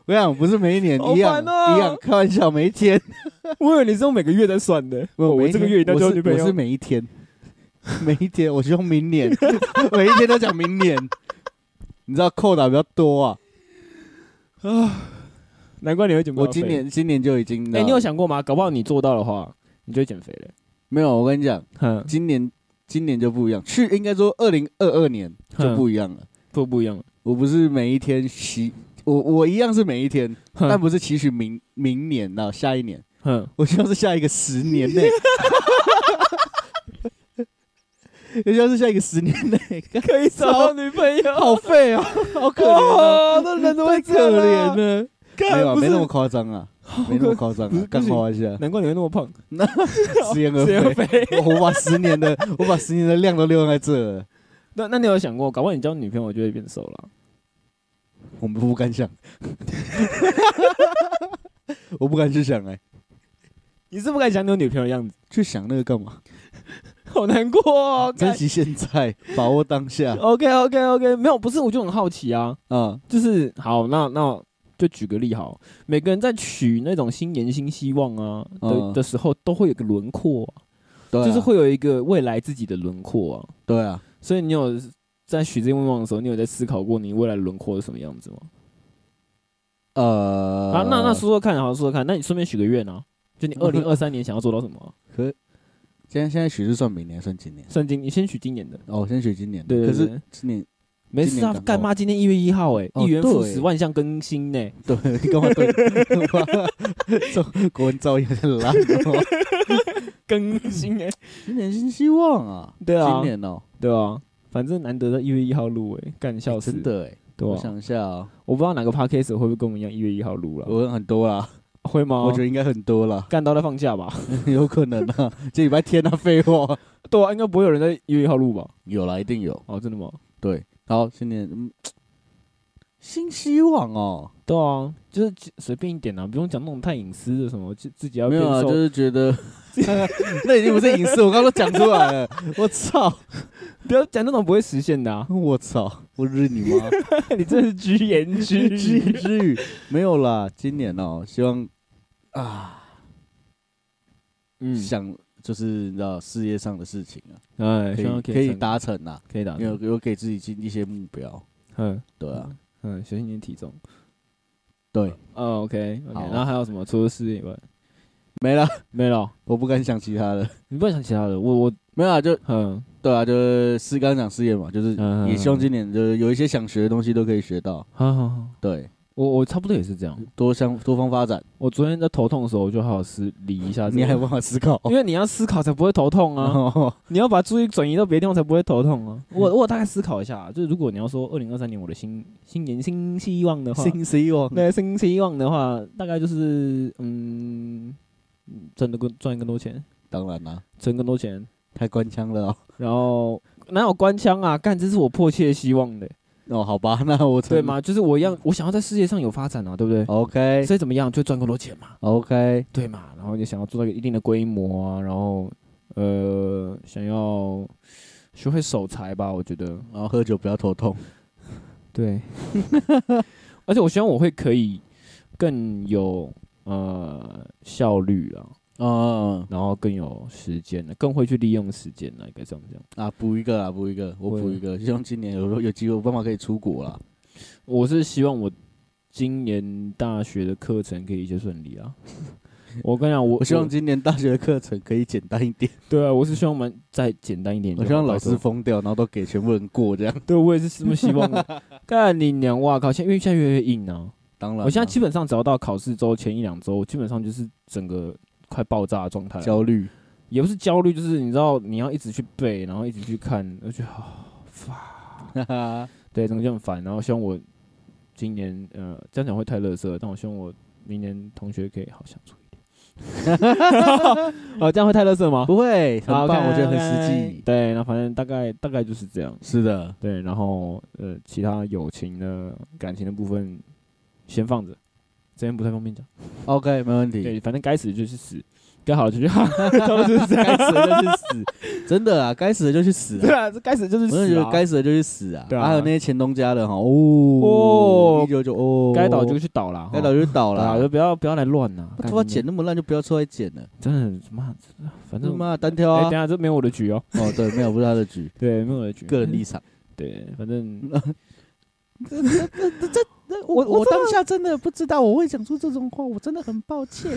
Speaker 3: 我想不是每一年
Speaker 2: 好
Speaker 3: 一样
Speaker 2: 烦哦
Speaker 3: 一样，开玩笑，每一天，
Speaker 2: 我以为你是用每个月在算的，哦
Speaker 3: 每
Speaker 2: 我
Speaker 3: 一
Speaker 2: 这
Speaker 3: 天
Speaker 2: 个月一定要
Speaker 3: 我
Speaker 2: 交
Speaker 3: 是
Speaker 2: 女朋
Speaker 3: 我是
Speaker 2: 友。
Speaker 3: 每一天，每一天，我希望明年， 每一天都讲明年。你知道扣打比较多啊，
Speaker 2: 啊难怪你会减不了
Speaker 3: 我
Speaker 2: 肥
Speaker 3: 今，年今年就已经
Speaker 2: 哎，
Speaker 3: 了。
Speaker 2: 你有想过吗？搞不好你做到的话，你就会减肥了。
Speaker 3: 没有？我跟你讲，
Speaker 2: 哼，
Speaker 3: 今年今年就不一样，去应该说二零二二年就不一样了。
Speaker 2: 不不一样了。
Speaker 3: 我不是每一天期，我我一样是每一天，
Speaker 2: 哼
Speaker 3: 但不是期许明明年到下一年，
Speaker 2: 哼，
Speaker 3: 我希望是下一个十 年内， 我希望是下一个十年内，
Speaker 2: 可 以 找到女朋 友，
Speaker 3: 好废哦，好可怜哦，
Speaker 2: 哦，那人都会
Speaker 3: 太可怜了，没有
Speaker 2: 干
Speaker 3: 啊
Speaker 2: 不
Speaker 3: 没
Speaker 2: 是
Speaker 3: 那么夸张啊，没那么夸张
Speaker 2: 不是
Speaker 3: 啊，
Speaker 2: 不
Speaker 3: 干
Speaker 2: 行
Speaker 3: 花 一下，
Speaker 2: 难怪你会那么胖，
Speaker 3: 食言而
Speaker 2: 是 因
Speaker 3: 肥，
Speaker 2: 为
Speaker 3: 我我把十年的我把十年的量都利用在这了，
Speaker 2: 那那你有想过，搞不好你交女朋友就会变瘦了？
Speaker 3: 我们不敢 想，我不敢去想哎，
Speaker 2: 你是不敢想你有女朋友的样子，
Speaker 3: 去想那个干嘛？
Speaker 2: 好啊难过哦。
Speaker 3: 珍惜现在，把握当下
Speaker 2: OK OK OK，没有，不是，我就很好奇啊，
Speaker 3: 啊，
Speaker 2: 就是好，那那就举个例好，每个人在取那种新年新希望啊的、
Speaker 3: 嗯
Speaker 2: 的时候，都会有个轮廓、啊，
Speaker 3: 对啊，
Speaker 2: 就是会有一个未来自己的轮廓啊。
Speaker 3: 对啊，
Speaker 2: 所以你有在许这些愿望的时候，你有在思考过你未来轮廓是什么样子吗？
Speaker 3: 呃，
Speaker 2: 啊，那那说说看，好说说看，那你顺便许个愿啊，就你二零 二三年想要做到什么啊、
Speaker 3: 可现在现在许是算明年还是算今年？
Speaker 2: 算今你先许今年的，
Speaker 3: 哦，我先许今年。
Speaker 2: 对对
Speaker 3: 可
Speaker 2: 对
Speaker 3: 是今年
Speaker 2: 没事啊
Speaker 3: 今年，刚好
Speaker 2: 干妈今天一月一号哎、
Speaker 3: 哦
Speaker 2: 一元复
Speaker 3: 对
Speaker 2: 始，万象更新欸 呢、
Speaker 3: 对， 你跟我对，中国文造诣有点烂哦。
Speaker 2: 更新
Speaker 3: 欸
Speaker 2: 哎、
Speaker 3: 今年新希望啊，
Speaker 2: 对啊
Speaker 3: 今年哦，
Speaker 2: 对啊，反正难得在一月一号录哎、干笑死，
Speaker 3: 真的哎，
Speaker 2: 对
Speaker 3: 我
Speaker 2: 啊，
Speaker 3: 想一下啊，
Speaker 2: 我不知道哪个 podcast 会不会跟我们一样一月一号录了，
Speaker 3: 我很多啦，
Speaker 2: 会吗？
Speaker 3: 我觉得应该很 多啦，
Speaker 2: 干到在放假吧？
Speaker 3: 有可能啊，这礼拜天啊，废话，
Speaker 2: 对啊，应该不会有人在一月一号录吧？
Speaker 3: 有啦，一定有。
Speaker 2: 哦，真的吗？
Speaker 3: 对，好，新年嗯，新希望哦，
Speaker 2: 对啊，就是随便一点啊，不用讲那种太隐私的什么，就自己要
Speaker 3: 没
Speaker 2: 变
Speaker 3: 有啊，
Speaker 2: 瘦。
Speaker 3: 就是觉 得那已经不是隐私，我刚刚都讲出来了， 我操，
Speaker 2: 不要讲那种不会实现的啊！
Speaker 3: 我操，我日 你 妈！
Speaker 2: 你真是居 言居
Speaker 3: 至于
Speaker 2: 语。
Speaker 3: 至于没有啦，今年哦、希望啊，
Speaker 2: 嗯，
Speaker 3: 想就是你知道事业上的事情啊，
Speaker 2: 哎，
Speaker 3: 可
Speaker 2: 希
Speaker 3: 以
Speaker 2: 望
Speaker 3: 可以
Speaker 2: 成
Speaker 3: 达成啊啦，
Speaker 2: 可以打
Speaker 3: 有有给自己定一些目标，
Speaker 2: 嗯
Speaker 3: 对啊，
Speaker 2: 啊嗯，小心你的体重。
Speaker 3: 对，
Speaker 2: 哦，OK，
Speaker 3: 好啊
Speaker 2: 然后还有什么？除了事业以外，
Speaker 3: 没了，
Speaker 2: 没了。
Speaker 3: 我不敢想其他的，
Speaker 2: 你不要想其他的，我我
Speaker 3: 没有啊，就
Speaker 2: 嗯
Speaker 3: 对啊，就是是刚刚讲事业嘛，就是
Speaker 2: 嗯
Speaker 3: 也希望今年就是有一些想学的东西都可以学到，
Speaker 2: 好好好，
Speaker 3: 对，
Speaker 2: 我我差不多也是这样。
Speaker 3: 多向多方发展，
Speaker 2: 我昨天在头痛的时候，我就好好思理一下这个。
Speaker 3: 你还有办法思考。
Speaker 2: 因为你要思考才不会头痛啊，你要把注意转移到别的地方才不会头痛啊。我我大概思考一下啊，就是如果你要说二零二三年我的新新年新希望的话，
Speaker 3: 新希望，
Speaker 2: 那新希望的话，大概就是嗯，嗯赚的更赚更多钱，
Speaker 3: 当然啦、
Speaker 2: 存更多钱，
Speaker 3: 太官腔了哦。
Speaker 2: 然后哪有官腔啊？干，这是我迫切希望的，
Speaker 3: 哦，好吧， 那我
Speaker 2: 对
Speaker 3: 承
Speaker 2: 吗？就是我要，我想要在事业上有发展啊，对不对？
Speaker 3: ？OK
Speaker 2: 所以怎么样，就赚更多钱嘛，
Speaker 3: OK，
Speaker 2: 对嘛？然后也想要做到一个一定的规模啊，然后呃，想要学会守财吧，我觉得
Speaker 3: 然后喝酒不要头痛。
Speaker 2: 对。 而且我希望我会可以更有呃效率啊，
Speaker 3: 嗯
Speaker 2: 然后更有时间了，更会去利用时间了，应该这样讲。
Speaker 3: 啊，补一个啊，补一个，我
Speaker 2: 我
Speaker 3: 补一个，希望今年有有机会，有办法可以出国啦。
Speaker 2: 我是希望我今年大学的课程可以一切顺利啊。 我跟你讲，我
Speaker 3: 我希望今年大学的课程可以简单一点，
Speaker 2: 对啊，我是希望我们再简单一点就好。
Speaker 3: 我希望老
Speaker 2: 拜
Speaker 3: 师
Speaker 2: 托
Speaker 3: 疯掉，然后都给全部人过这样。
Speaker 2: 对，我也是这么希望 的。干你娘！哇靠，现在因为现在越来越硬啊！
Speaker 3: 当然啦，
Speaker 2: 我现在基本上只要到考试周前一两周，基本上就是整个快爆炸的状态啊，
Speaker 3: 焦虑，
Speaker 2: 也不是焦虑，就是你知道你要一直去背，然后一直去看，我觉得好烦。
Speaker 3: 哈哈，
Speaker 2: 对，整个就很烦。然后希望我今年呃，这样讲会太乐色，但我希望我明年同学可以好相处一 点。哦，这样会太乐色吗？
Speaker 3: 不会，很
Speaker 2: 好
Speaker 3: 棒，
Speaker 2: ，OK，
Speaker 3: 我觉得很
Speaker 2: OK
Speaker 3: 实际。
Speaker 2: 对，那反正大概大概就是这样。
Speaker 3: 是的，
Speaker 2: 对，然后呃，其他友情的、感情的部分先放着，这边不太方便讲。
Speaker 3: OK，没问题。
Speaker 2: 对，反正该死的就是死，该好的就是好，差不多就是这
Speaker 3: 该
Speaker 2: 样。
Speaker 3: 死的就去死，真的啊，该死的就去死
Speaker 2: 对
Speaker 3: 啊！
Speaker 2: 啊，这该死就是
Speaker 3: 我真的
Speaker 2: 死
Speaker 3: 觉
Speaker 2: 啊
Speaker 3: 得，该死的就去死啊！
Speaker 2: 对啊
Speaker 3: 还有那些钱东家的哈，哦，
Speaker 2: 哦
Speaker 3: 一九九哦，
Speaker 2: 该倒就去啊倒啦，
Speaker 3: 该倒就倒
Speaker 2: 倒啦，就
Speaker 3: 了。啊
Speaker 2: 不要不要来乱呐。
Speaker 3: 他
Speaker 2: 干
Speaker 3: 妈
Speaker 2: 你
Speaker 3: 剪那么烂就不要出来剪了，
Speaker 2: 真的妈，真的反
Speaker 3: 他
Speaker 2: 正
Speaker 3: 妈单挑
Speaker 2: 哎、
Speaker 3: 啊
Speaker 2: 等一！下这没有我的局哦，
Speaker 3: 哦，对，没有不是他的局，
Speaker 2: 对，没有我的局，
Speaker 3: 个人立场。
Speaker 2: 对，反正
Speaker 3: 我我当下真的不知道我会讲出这种话，我真的很 抱歉。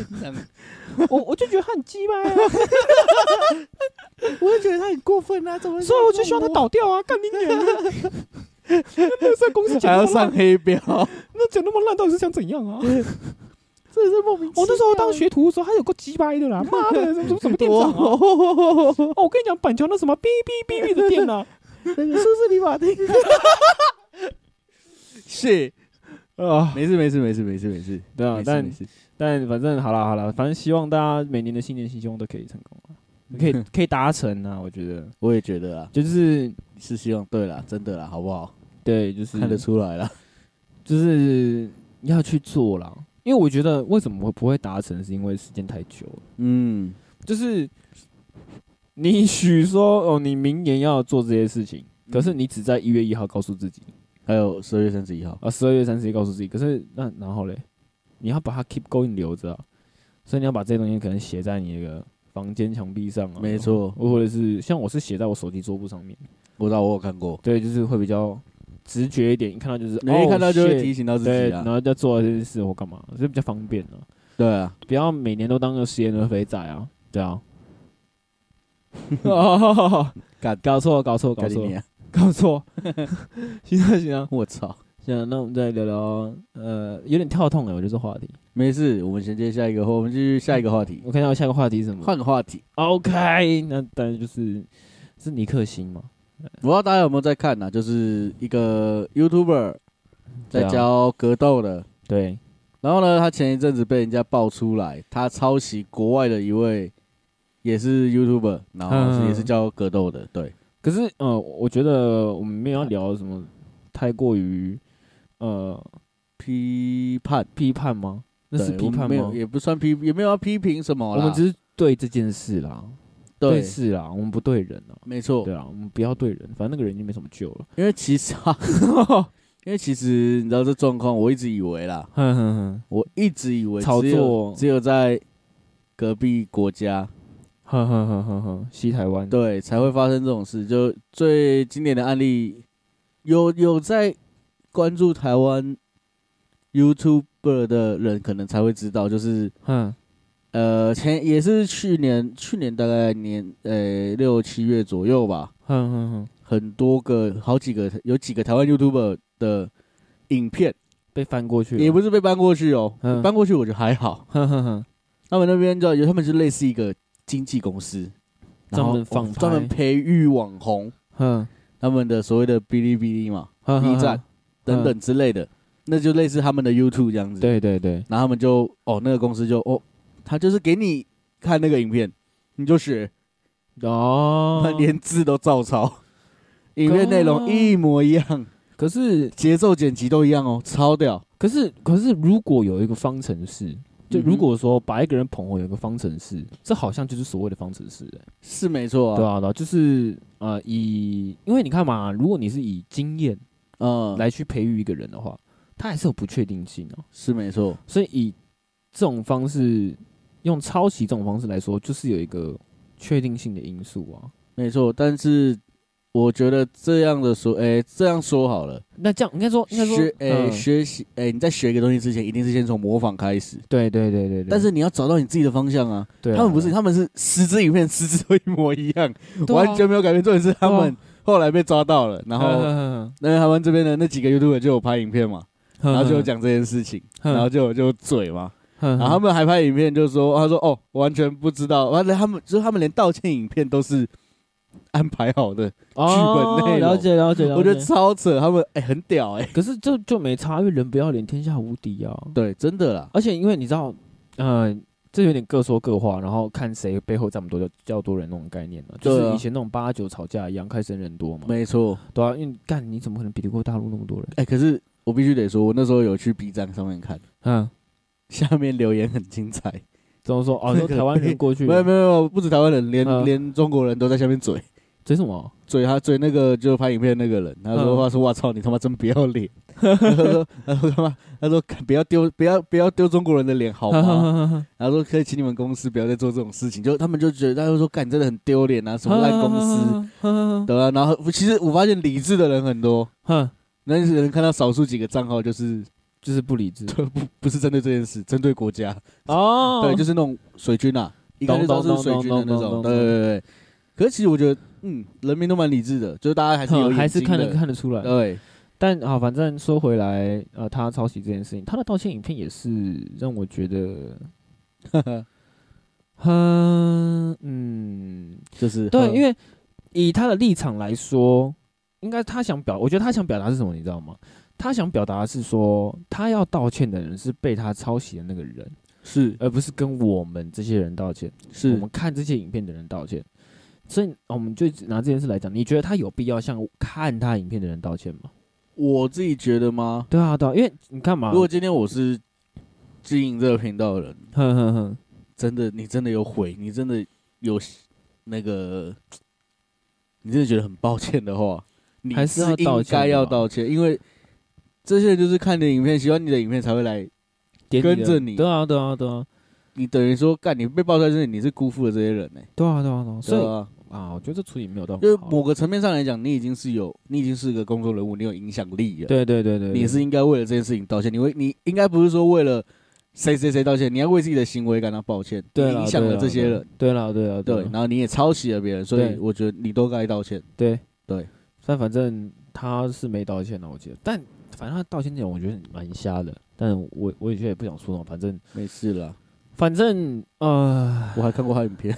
Speaker 2: 我我就觉得他很鸡巴、啊，
Speaker 3: 我就觉得他很过分啊，怎么？
Speaker 2: 所以我就希望他倒掉啊，干你娘的！那在公司
Speaker 3: 还
Speaker 2: 讲
Speaker 3: 要
Speaker 2: 那么烂
Speaker 3: 上，黑标，
Speaker 2: 那讲那么烂，到底是想怎样啊？
Speaker 3: 真的是莫名其妙。
Speaker 2: 我那时候当学徒的时候，他有够鸡掰 的啦，啊妈的，什么什么店长啊！
Speaker 3: 哦，
Speaker 2: 哦，我跟你讲，板桥那什么哔哔哔哔的 店啊，
Speaker 3: 那个苏斯里马丁，是
Speaker 2: 啊，
Speaker 3: 没事没事没事没事没事，
Speaker 2: 对啊
Speaker 3: 没，事
Speaker 2: 但
Speaker 3: 没事。
Speaker 2: 但反正好了好了，反正希望大家每年的新年新希望都可以成功啊，
Speaker 3: 嗯
Speaker 2: 可以可以达成啊，我觉得
Speaker 3: 我也觉得啊，
Speaker 2: 就是
Speaker 3: 是希望对啦，真的啦，好不好？
Speaker 2: 对，就是
Speaker 3: 看得出来啦。
Speaker 2: 就是要去做啦。因为我觉得为什么我不会达成，是因为时间太久了。
Speaker 3: 嗯，
Speaker 2: 就是你许说哦，你明年要做这些事情，可是你只在一月一号告诉自己，
Speaker 3: 还有十二月三十一号，
Speaker 2: 啊，十二月三十一告诉自己，可是那然后嘞，你要把它 keep going 留着、啊，所以你要把这些东西可能写在你那个房间墙壁上啊，
Speaker 3: 没，错，
Speaker 2: 或者是像我是写在我手机桌布上面，
Speaker 3: 我知道我有看过，
Speaker 2: 对，就是会比较直觉一点，一看到就是，哦
Speaker 3: 你一看到就会
Speaker 2: 提。
Speaker 3: 提醒到自
Speaker 2: 对，
Speaker 3: 己
Speaker 2: 然
Speaker 3: 啊。
Speaker 2: 后就做这件事或干嘛，所以比较方便啊。
Speaker 3: 对啊，
Speaker 2: 不要每年都当个实验的肥仔啊，对 啊。
Speaker 3: 干
Speaker 2: 搞错，搞错，搞
Speaker 3: 搞
Speaker 2: 错
Speaker 3: 你，啊！
Speaker 2: 搞错。行啊，行啊，
Speaker 3: 我操，
Speaker 2: 行啊，那我们再聊聊，呃，有点跳痛哎、我觉得这话题。
Speaker 3: 没事，我们衔接下一个话，我们继续下一个话题，
Speaker 2: 我看到下一个话题是什么
Speaker 3: 换个话题。
Speaker 2: ？OK，那当然就是是尼克星嘛。
Speaker 3: 我不知道大家有没有在看呢？就是一个 YouTuber 在
Speaker 2: 对啊
Speaker 3: 教格斗的，
Speaker 2: 对，
Speaker 3: 然后呢，他前一阵子被人家爆出来，他抄袭国外的一位也是 YouTuber，然后是
Speaker 2: 嗯
Speaker 3: 也是教格斗的，对，
Speaker 2: 可是呃，我觉得我们没有要聊什么太过于呃
Speaker 3: 批判，
Speaker 2: 批判吗？那是
Speaker 3: 对
Speaker 2: 批
Speaker 3: 我们
Speaker 2: 判
Speaker 3: 没
Speaker 2: 吗
Speaker 3: 有，？也不算批，也没有要批评什么
Speaker 2: 我
Speaker 3: 啦
Speaker 2: 们只是对这件事啦，
Speaker 3: 对，哦
Speaker 2: 事啦，我们不对人啊。
Speaker 3: 没错
Speaker 2: 对，啊，我们不要对人，反正那个人已经没什么救了。
Speaker 3: 因为其实 啊，因为其实你知道这状况，我一直以为啦，
Speaker 2: 哼哼哼，
Speaker 3: 我一直以为
Speaker 2: 炒
Speaker 3: 只有
Speaker 2: 作
Speaker 3: 只有在隔壁国家
Speaker 2: 哼哼哼哼哼，西台湾，
Speaker 3: 对才会发生这种事，就最经典的案例，有有在关注台湾 YouTuber 的人可能才会知道，就是
Speaker 2: 哼，
Speaker 3: 呃前也是去年去年大概年呃六七月左右吧，
Speaker 2: 哼哼哼，
Speaker 3: 很多个好几个有几个台湾 YouTuber 的影片。
Speaker 2: 被翻过去
Speaker 3: 也
Speaker 2: 了。
Speaker 3: 不是被搬过去哦，
Speaker 2: 啊嗯
Speaker 3: 搬过去我觉得还好。
Speaker 2: 哼哼哼，
Speaker 3: 他们那边叫有，他们是类似一个经纪公司，然后
Speaker 2: 专门放拍
Speaker 3: 专门培育网红，
Speaker 2: 哼
Speaker 3: 他们的所谓的哔哩哔哩嘛、
Speaker 2: 哼嗯哼
Speaker 3: B 站
Speaker 2: 哼
Speaker 3: 等等之类的，那就类似他们的 YouTube 这样子。，
Speaker 2: 对对对，
Speaker 3: 然后他们就哦，那个公司就哦，他就是给你看那个影片，你就学，
Speaker 2: 哦
Speaker 3: 他，连字都照抄，影片内容一模一样，
Speaker 2: 可是
Speaker 3: 节奏剪辑都一样哦，超屌。
Speaker 2: 可是可是，如果有一个方程式，就
Speaker 3: 嗯哼
Speaker 2: 如果说把一个人捧红有一个方程式，这好像就是所谓的方程式、欸，
Speaker 3: 是没错啊，
Speaker 2: 对啊，对啊，就是呃，以因为你看嘛，如果你是以经验
Speaker 3: 嗯，来
Speaker 2: 来去培育一个人的话，他还是有不确定性哦、
Speaker 3: 是没错，
Speaker 2: 所以以这种方式，用抄袭这种方式来说，就是有一个确定性的因素啊。
Speaker 3: 没错。但是我觉得这样的说，哎，这样说好了，
Speaker 2: 那这样应该说，应该说
Speaker 3: 学，，哎，
Speaker 2: 嗯
Speaker 3: 学习，哎，你在学一个东西之前，一定是先从模仿开始，
Speaker 2: 对对对对对，
Speaker 3: 但是你要找到你自己的方向啊。
Speaker 2: 对啊
Speaker 3: 他们不是，，他们是十支影片，十支都一模一样，
Speaker 2: 对啊
Speaker 3: 完全没有改变。重点是他
Speaker 2: 对啊
Speaker 3: 们后来被抓到了，然后
Speaker 2: 嗯
Speaker 3: 那台湾这边的那几个 YouTube 就有拍影片嘛，然后就有，讲这件事情，
Speaker 2: 嗯
Speaker 3: 然后就有就有嘴嘛，
Speaker 2: 然
Speaker 3: 然后他们还拍影片，就说他说哦，我完全不知道，完了他们就是他们连道歉影片都是安排好的，剧本内容
Speaker 2: 了解了解，了解
Speaker 3: 我觉得超扯，他们哎、很屌哎、
Speaker 2: 可是这就没差，因为人不要脸，天下无敌啊。
Speaker 3: 对，真的啦，
Speaker 2: 而且因为你知道，呃，这有点各说各话，然后看谁背后站不多就较多人那种概念了、就
Speaker 3: 对
Speaker 2: 是
Speaker 3: 啊
Speaker 2: 以前那种八九吵架一样，开生人多嘛。
Speaker 3: 没错，
Speaker 2: 对啊，因为干你怎么可能比得过大陆那么多人？
Speaker 3: 哎、可是我必须得说，我那时候有去 B 站上面看，
Speaker 2: 嗯，
Speaker 3: 下面留言很精彩，
Speaker 2: 怎么说？哦，
Speaker 3: 那
Speaker 2: 说
Speaker 3: 个
Speaker 2: 台湾人过去，
Speaker 3: 没有没有没有，不止台湾人，连、
Speaker 2: 嗯
Speaker 3: 连中国人都在下面嘴。
Speaker 2: 这是什么？
Speaker 3: 嘴他嘴那个就是拍影片的那个人，他
Speaker 2: 嗯
Speaker 3: 说他说我操你他妈真不要脸， 他说他说他妈他说不要丢不要不要丢中国人的脸
Speaker 2: 哦
Speaker 3: 好吗？然后说可以请你们公司不要再做这种事情，就他们就觉得他就说干你真的很丢脸啊，什么烂公 司，
Speaker 2: 司？
Speaker 3: 对啊，然后其实我发现理智的人很多，
Speaker 2: 哼，
Speaker 3: 那些人看到少数几个账号就是
Speaker 2: 就是不理智
Speaker 3: 不不是针对这件事，针对国家，
Speaker 2: 哦
Speaker 3: 对，就是那种水军啊，一看就知道是水军的那
Speaker 2: 懂懂懂懂懂
Speaker 3: 种，对对对对。可是其实我觉得，嗯，人民都蛮理智的，就是大家还是有
Speaker 2: 哼 还
Speaker 3: 眼
Speaker 2: 是
Speaker 3: 睛
Speaker 2: 看得
Speaker 3: 的
Speaker 2: 看得出来。
Speaker 3: 对，
Speaker 2: 但啊，反正说回来，呃，他抄袭这件事情，他的道歉影片也是让我觉得，嗯嗯，
Speaker 3: 就是
Speaker 2: 对，因
Speaker 3: 为
Speaker 2: 为以他的立场来说，应该他想表，我觉得他想表达是什么，你知道吗？他想表达的是说，他要道歉的人是被他抄袭的那个人，
Speaker 3: 是
Speaker 2: 而不是跟我们这些人道歉，我
Speaker 3: 是
Speaker 2: 们看这些影片的人道歉。所以，我们就拿这件事来讲，你觉得他有必要向看他影片的人道歉吗？
Speaker 3: 我自己觉得吗？
Speaker 2: 对啊，对啊，因为你看嘛，
Speaker 3: 如果今天我是经营这个频道的人，
Speaker 2: 哼哼哼，
Speaker 3: 真的你真的有悔，你真的有那个，你真的觉得很抱歉的话，你
Speaker 2: 还是要道
Speaker 3: 应
Speaker 2: 歉的吧
Speaker 3: 该要道歉，因为这些人就是看你的影片，喜欢你的影片才会来。
Speaker 2: 点
Speaker 3: 跟
Speaker 2: 的
Speaker 3: 着你
Speaker 2: 对啊，对啊，对啊，
Speaker 3: 你等于说，干你被爆出来之前，你是辜负了这些人呢、欸
Speaker 2: 对啊，对啊，对啊。所
Speaker 3: 对
Speaker 2: 以
Speaker 3: 啊，
Speaker 2: 啊，我觉得这处理没有到
Speaker 3: 因为
Speaker 2: 很好，
Speaker 3: 某个层面上来讲，你已经是有，你已经是个公众人物，你有影响力了。
Speaker 2: 对对对对，对
Speaker 3: 你是应该为了这件事情道歉，你为你应该不是说为了谁谁谁道歉，你要为自己的行为感到抱歉，
Speaker 2: 对
Speaker 3: 你
Speaker 2: 啦
Speaker 3: 影响
Speaker 2: 对
Speaker 3: 了
Speaker 2: 啦
Speaker 3: 这些
Speaker 2: 对
Speaker 3: 人，
Speaker 2: 对啦，对啦，
Speaker 3: 对，
Speaker 2: 啦
Speaker 3: 然后你也抄袭了别人，所以
Speaker 2: 对
Speaker 3: 我觉得你都该道歉。
Speaker 2: 对
Speaker 3: 对，
Speaker 2: 但反正他是没道歉了，我记得，但反正他道歉这种我觉得蛮瞎的，但我我也觉得也不想说什么，反正
Speaker 3: 没事啦，
Speaker 2: 反正呃，
Speaker 3: 我还看过他影片，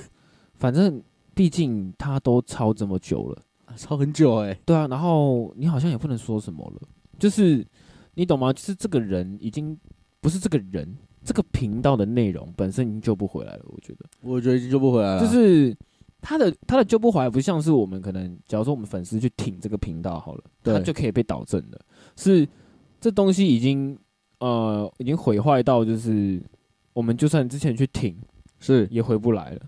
Speaker 2: 反正毕竟他都抄这么久了，
Speaker 3: 抄很久哎、
Speaker 2: 对啊，然后你好像也不能说什么了，就是你懂吗？就是这个人已经不是这个人。这个频道的内容本身已经救不回来了，我觉得。
Speaker 3: 我觉得已经救不回来了。
Speaker 2: 就是他的他的救不回来，不像是我们可能，假如说我们粉丝去挺这个频道好了，
Speaker 3: 对
Speaker 2: 他就可以被导正的。是这东西已经呃已经毁坏到，就是我们就算之前去挺
Speaker 3: 是，
Speaker 2: 也回不来了，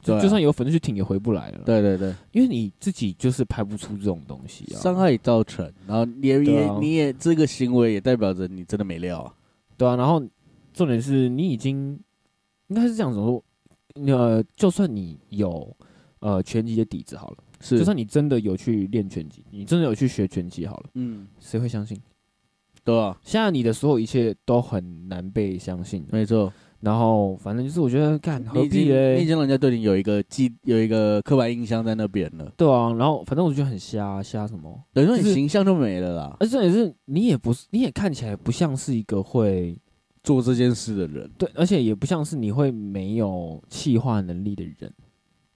Speaker 2: 就、
Speaker 3: 对啊
Speaker 2: 就算有粉丝去挺也回不来了。，
Speaker 3: 对对对，
Speaker 2: 因为你自己就是拍不出这种东西啊。
Speaker 3: 伤害已造成，然后你也
Speaker 2: 对
Speaker 3: 也
Speaker 2: 啊
Speaker 3: 你也这个行为也代表着你真的没料啊。
Speaker 2: 对啊，然后重点是你已经应该是这样子说，呃，就算你有呃拳击的底子好了。
Speaker 3: 是
Speaker 2: 就算你真的有去练拳击，你真的有去学拳击好了，
Speaker 3: 嗯，
Speaker 2: 谁会相信？
Speaker 3: 对啊，
Speaker 2: 现在你的所有一切都很难被相信的。
Speaker 3: 没错，
Speaker 2: 然后反正就是我觉得干
Speaker 3: 你
Speaker 2: 何
Speaker 3: 已经
Speaker 2: 必
Speaker 3: 你已
Speaker 2: 嘞？
Speaker 3: 经让人家对你有一个记有一个刻板印象在那边了，
Speaker 2: 对啊，然后反正我觉得很瞎瞎什么，
Speaker 3: 等于说你
Speaker 2: 就是
Speaker 3: 形象就没了啦。
Speaker 2: 而且也是你也不是你也看起来不像是一个会
Speaker 3: 做这件事的人，
Speaker 2: 对，而且也不像是你会没有气化能力的人。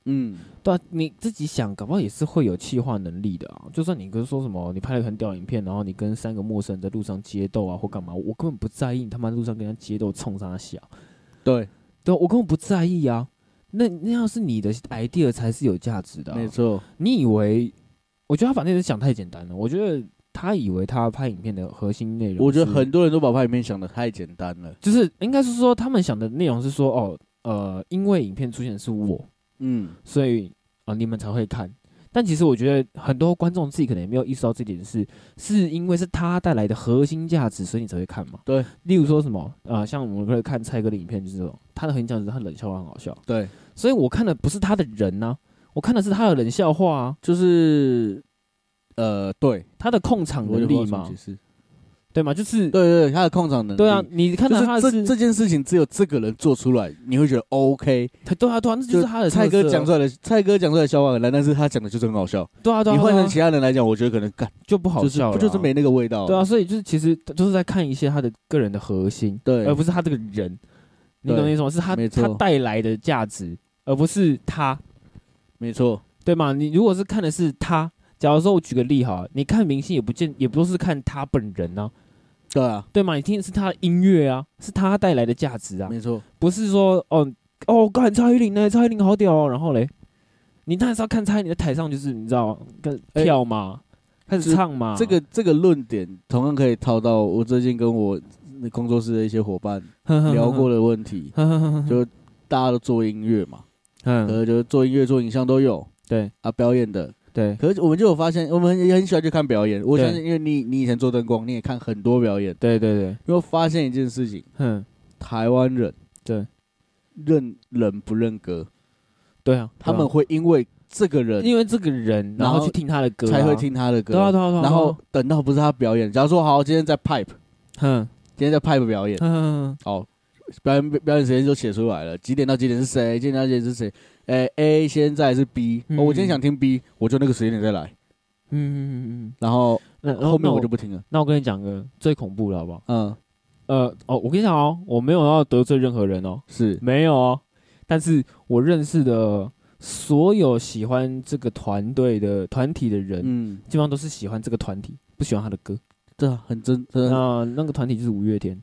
Speaker 3: 嗯，
Speaker 2: 对啊，你自己想，搞不好也是会有气化能力的啊。就算你跟说什么，你拍了个很屌影片，然后你跟三个陌生人在路上街斗啊，或干嘛，我根本不在意你他妈路上跟人家街斗冲啥小，
Speaker 3: 对，
Speaker 2: 对啊、我根本不在意啊。那那要是你的 idea 才是有价值的啊、
Speaker 3: 没错，
Speaker 2: 你以为？我觉得他把那个想太简单了。我觉得他以为他拍影片的核心内容是，
Speaker 3: 我觉得很多人都把拍影片想的太简单了。
Speaker 2: 就是应该是说他们想的内容是说哦呃，因为影片出现的是我，
Speaker 3: 嗯，
Speaker 2: 所以啊、呃你们才会看。但其实我觉得很多观众自己可能也没有意识到这点是，是因为是他带来的核心价值，所以你才会看嘛。
Speaker 3: 对，
Speaker 2: 例如说什么啊、呃像我们可以看蔡哥的影片，就是这种他的很讲值，他冷笑话很好笑，
Speaker 3: 对，
Speaker 2: 所以我看的不是他的人呐、我看的是他的冷笑话啊，
Speaker 3: 就是呃，对，
Speaker 2: 他的控场
Speaker 3: 我就
Speaker 2: 能
Speaker 3: 不知
Speaker 2: 力
Speaker 3: 道怎么
Speaker 2: 嘛
Speaker 3: 解，释。
Speaker 2: 对嘛，就是
Speaker 3: 对对，对他的控场能力。
Speaker 2: 对啊，，你看到他的
Speaker 3: 就是这
Speaker 2: 是，
Speaker 3: 这件事情只有这个人做出来，你会觉得 OK。
Speaker 2: 他对啊对啊，那就是他的
Speaker 3: 蔡哥讲出
Speaker 2: 的，
Speaker 3: 来的，蔡哥讲出来的笑话很烂，但是他讲的就是很好笑。
Speaker 2: 对啊对啊，
Speaker 3: 你换
Speaker 2: 对啊
Speaker 3: 成其他人来讲，我觉得可能干
Speaker 2: 就不好
Speaker 3: 就是
Speaker 2: 笑了啊，
Speaker 3: 不就是没那个味道啊？
Speaker 2: 对啊，所以就是其实就是在看一些他的个人的核心，
Speaker 3: 对
Speaker 2: 而不是他这个人，你懂我
Speaker 3: 对
Speaker 2: 意思吗？是他
Speaker 3: 没错
Speaker 2: 他带来的价值，而不是他，
Speaker 3: 没错，
Speaker 2: 对吗？你如果是看的是他，假如说我举个例哈，你看明星也不见也不是看他本人啊，
Speaker 3: 对啊，
Speaker 2: 对吗？你听的是他的音乐啊，是他带来的价值啊，
Speaker 3: 没错，
Speaker 2: 不是说哦哦，看蔡依林呢，蔡依林好屌哦，然后嘞，你当然是要看蔡依林在台上就是你知道跟
Speaker 3: 哎
Speaker 2: 跳嘛，开始
Speaker 3: 这
Speaker 2: 唱嘛，
Speaker 3: 这个这个论点同样可以套到我最近跟我工作室的一些伙伴
Speaker 2: 嗯
Speaker 3: 聊过的问题，
Speaker 2: 的
Speaker 3: 就大家都做音乐嘛，
Speaker 2: 嗯
Speaker 3: 呃，就是做音乐、做影像都有
Speaker 2: 对
Speaker 3: 啊，表演的。
Speaker 2: 对
Speaker 3: 可是我们就有发现，我们也很喜欢去看表演。我
Speaker 2: 对
Speaker 3: 相信，因为你你以前做灯光，你也看很多表演，
Speaker 2: 对对对。啊
Speaker 3: 因为发现一件事情，
Speaker 2: 哼，
Speaker 3: 台湾人
Speaker 2: 对
Speaker 3: 认人不认歌，
Speaker 2: 对啊，
Speaker 3: 他们会因为这个人
Speaker 2: 因为这个人，
Speaker 3: 然
Speaker 2: 然
Speaker 3: 后
Speaker 2: 后去听他的歌啊，
Speaker 3: 才会听他的歌，
Speaker 2: 对啊。对啊对啊对啊。
Speaker 3: 然后等到不是他表演，假如说好，今天在 pipe，
Speaker 2: 哼，
Speaker 3: 今天在 pipe 表演，
Speaker 2: 哼哼，哼
Speaker 3: 哦，表演表演时间就写出来了，几点到几点是谁，几点到几点是谁，哎 A 先在是 B，哦，
Speaker 2: 嗯
Speaker 3: 我今天想听 B，我就那个时间点再来，
Speaker 2: 嗯嗯嗯嗯
Speaker 3: 然后
Speaker 2: 嗯，那
Speaker 3: 后面
Speaker 2: 那
Speaker 3: 我就不听了，
Speaker 2: 那我跟你讲个最恐怖的好不好？
Speaker 3: 嗯，
Speaker 2: 呃，哦，我跟你讲哦，我没有要得罪任何人哦，
Speaker 3: 是，
Speaker 2: 没有哦，但是我认识的所有喜欢这个团队的团体的人，
Speaker 3: 嗯，
Speaker 2: 基本上都是喜欢这个团体，不喜欢他的歌。
Speaker 3: 对啊，很真，真的，
Speaker 2: 那那个团体就是五月天，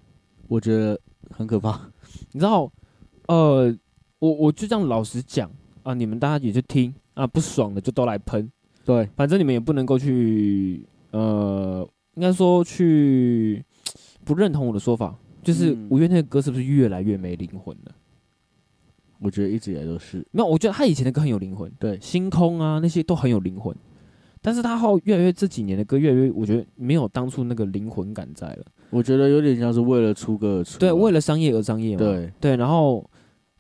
Speaker 3: 我觉得很可怕，
Speaker 2: 你知道，呃，我我就这样老实讲啊，你们大家也就听啊，不爽的就都来喷。
Speaker 3: 对，
Speaker 2: 反正你们也不能够去，呃，应该说去不认同我的说法，就是
Speaker 3: 嗯
Speaker 2: 五月天的歌是不是越来越没灵魂了？
Speaker 3: 我觉得一直以来都是，
Speaker 2: 没有，我觉得他以前的歌很有灵魂，
Speaker 3: 对
Speaker 2: 星空啊那些都很有灵魂，但是他后越来越这几年的歌越来越，我觉得没有当初那个灵魂感在了。
Speaker 3: 我觉得有点像是为了出歌而出啊，
Speaker 2: 对，为了商业而商业嘛。
Speaker 3: 对，
Speaker 2: 对，然后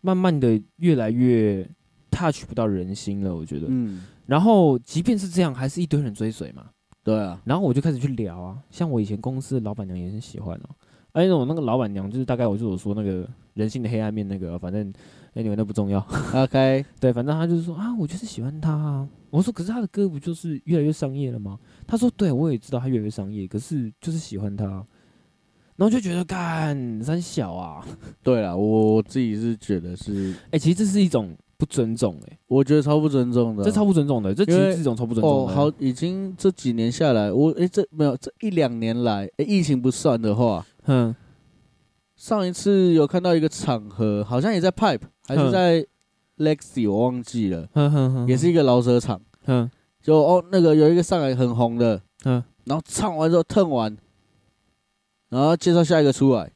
Speaker 2: 慢慢的越来越 touch 不到人心了，我觉得。
Speaker 3: 嗯，
Speaker 2: 然后即便是这样，还是一堆人追随嘛。
Speaker 3: 对啊，
Speaker 2: 然后我就开始去聊啊，像我以前公司的老板娘也很喜欢哦、哎，我那个老板娘就是大概我就有说那个人性的黑暗面那个，反正哎你们那不重要，
Speaker 3: ，OK，
Speaker 2: 对，反正她就是说啊，我就是喜欢他啊。我说可是他的歌不就是越来越商业了吗？她说对，我也知道他越来越商业，可是就是喜欢他啊。然后就觉得干三小啊，
Speaker 3: 对了，我我自己是觉得是，
Speaker 2: 哎、其实这是一种不尊重、哎、
Speaker 3: 我觉得超不尊重的啊，
Speaker 2: 这超不尊重的，这其
Speaker 3: 因为
Speaker 2: 实是一种超不尊重
Speaker 3: 哦，
Speaker 2: 的。
Speaker 3: 好，已经这几年下来，我诶、这没有这一两年来，诶、疫情不算的话，
Speaker 2: 嗯，
Speaker 3: 上一次有看到一个场合，好像也在 Pipe，还是
Speaker 2: 嗯
Speaker 3: 在 Lexi，我忘记了，
Speaker 2: 哼哼哼，
Speaker 3: 也是一个老舍场，
Speaker 2: 哼，
Speaker 3: 就哦那个有一个上来很红的，
Speaker 2: 嗯
Speaker 3: 然后唱完之后腾完，然后介绍下一个出来，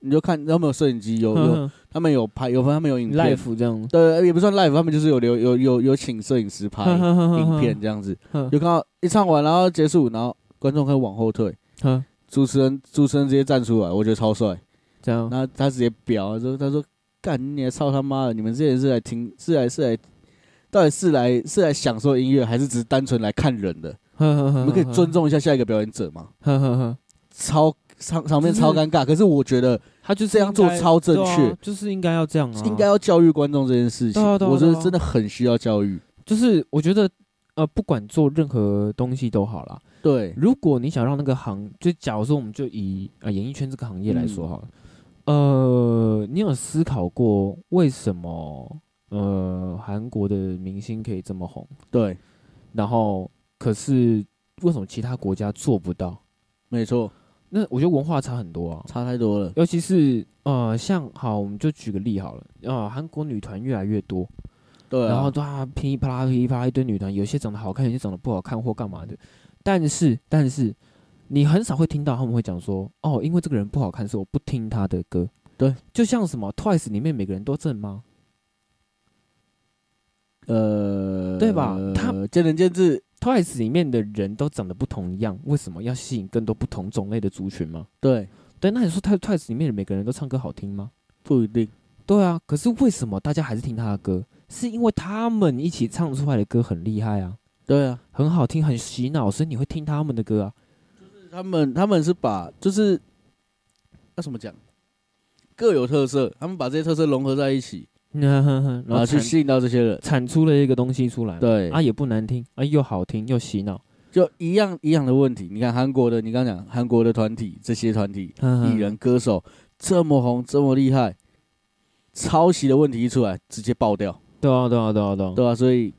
Speaker 3: 你就看他们有摄影机，有
Speaker 2: 哼
Speaker 3: 有
Speaker 2: 哼
Speaker 3: 他们有拍，有他们有影片。
Speaker 2: ，life 这样，
Speaker 3: 对，也不算 live，他们就是有留有有有请摄影师拍
Speaker 2: 哼哼哼哼
Speaker 3: 影片这样子，
Speaker 2: 哼
Speaker 3: 就看到一唱完，然后结束，然后观众可以往后退，
Speaker 2: 哼，
Speaker 3: 主持人主持人直接站出来，我觉得超帅。
Speaker 2: 这样
Speaker 3: 然，后他直接表，他说他说干你也操他妈的，你们这些人是来听是来是来，到底是来是来享受音乐，还是只是单纯来看人的？
Speaker 2: 哼哼哼，
Speaker 3: 你们可以
Speaker 2: 哼
Speaker 3: 尊重一下下一个表演者吗？
Speaker 2: 呵呵呵，
Speaker 3: 超场场面
Speaker 2: 就是
Speaker 3: 超尴尬，可是我觉得
Speaker 2: 他就是
Speaker 3: 这样做
Speaker 2: 应该
Speaker 3: 超正
Speaker 2: 对
Speaker 3: 确
Speaker 2: 啊，就是应该要这样啊，
Speaker 3: 应该要教育观众这件事
Speaker 2: 对
Speaker 3: 情，
Speaker 2: 啊对啊
Speaker 3: 我觉
Speaker 2: 对啊
Speaker 3: 得真的很需要教育。
Speaker 2: 就是我觉得呃，不管做任何东西都好啦。
Speaker 3: 对，
Speaker 2: 如果你想让那个行，就假如说我们就以呃演艺圈这个行业来说
Speaker 3: 嗯
Speaker 2: 好了，呃，你有思考过为什么呃韩国的明星可以这么红，
Speaker 3: 对，
Speaker 2: 然后可是为什么其他国家做不到？
Speaker 3: 没错，
Speaker 2: 那我觉得文化差很多啊，
Speaker 3: 差太多了。
Speaker 2: 尤其是呃，像好，我们就举个例好了，啊，韩国女团越来越多，
Speaker 3: 对啊，
Speaker 2: 然后对啊，噼里啪啦噼里啪啦一堆女团，有些长得好看，有些长得不好看或干嘛的。但是，但是你很少会听到他们会讲说，哦，因为这个人不好看，所以我不听他的歌。
Speaker 3: 对，
Speaker 2: 就像什么 Twice 里面每个人都正吗？
Speaker 3: 呃，
Speaker 2: 对吧他
Speaker 3: 见仁见智，
Speaker 2: Twice 里面的人都长得不同样，为什么要吸引更多不同种类的族群吗？
Speaker 3: 对，
Speaker 2: 对，那你说 Twi- Twice 里面的每个人都唱歌好听吗？
Speaker 3: 不一定。
Speaker 2: 对啊，可是为什么大家还是听他的歌？是因为他们一起唱出来的歌很厉害啊，
Speaker 3: 对啊，
Speaker 2: 很好听，很洗脑，所以你会听他们的歌啊。
Speaker 3: 他们他们是把就是那怎么讲，各有特色，他们把这些特色融合在一起，
Speaker 2: 然
Speaker 3: 然后
Speaker 2: 后
Speaker 3: 去
Speaker 2: 产
Speaker 3: 吸引到这些人。
Speaker 2: 产出了一个东西出来嘛，
Speaker 3: 哦对
Speaker 2: 啊也不难听，啊又好听又洗脑，
Speaker 3: 就一样一样的问题。你看韩国的，你刚讲韩国的团体，这些团体艺
Speaker 2: 艺
Speaker 3: 人、歌手这么红，这么厉害，抄袭的问题一出来，直接爆掉，
Speaker 2: 对啊对啊对啊对啊
Speaker 3: 对吧、所以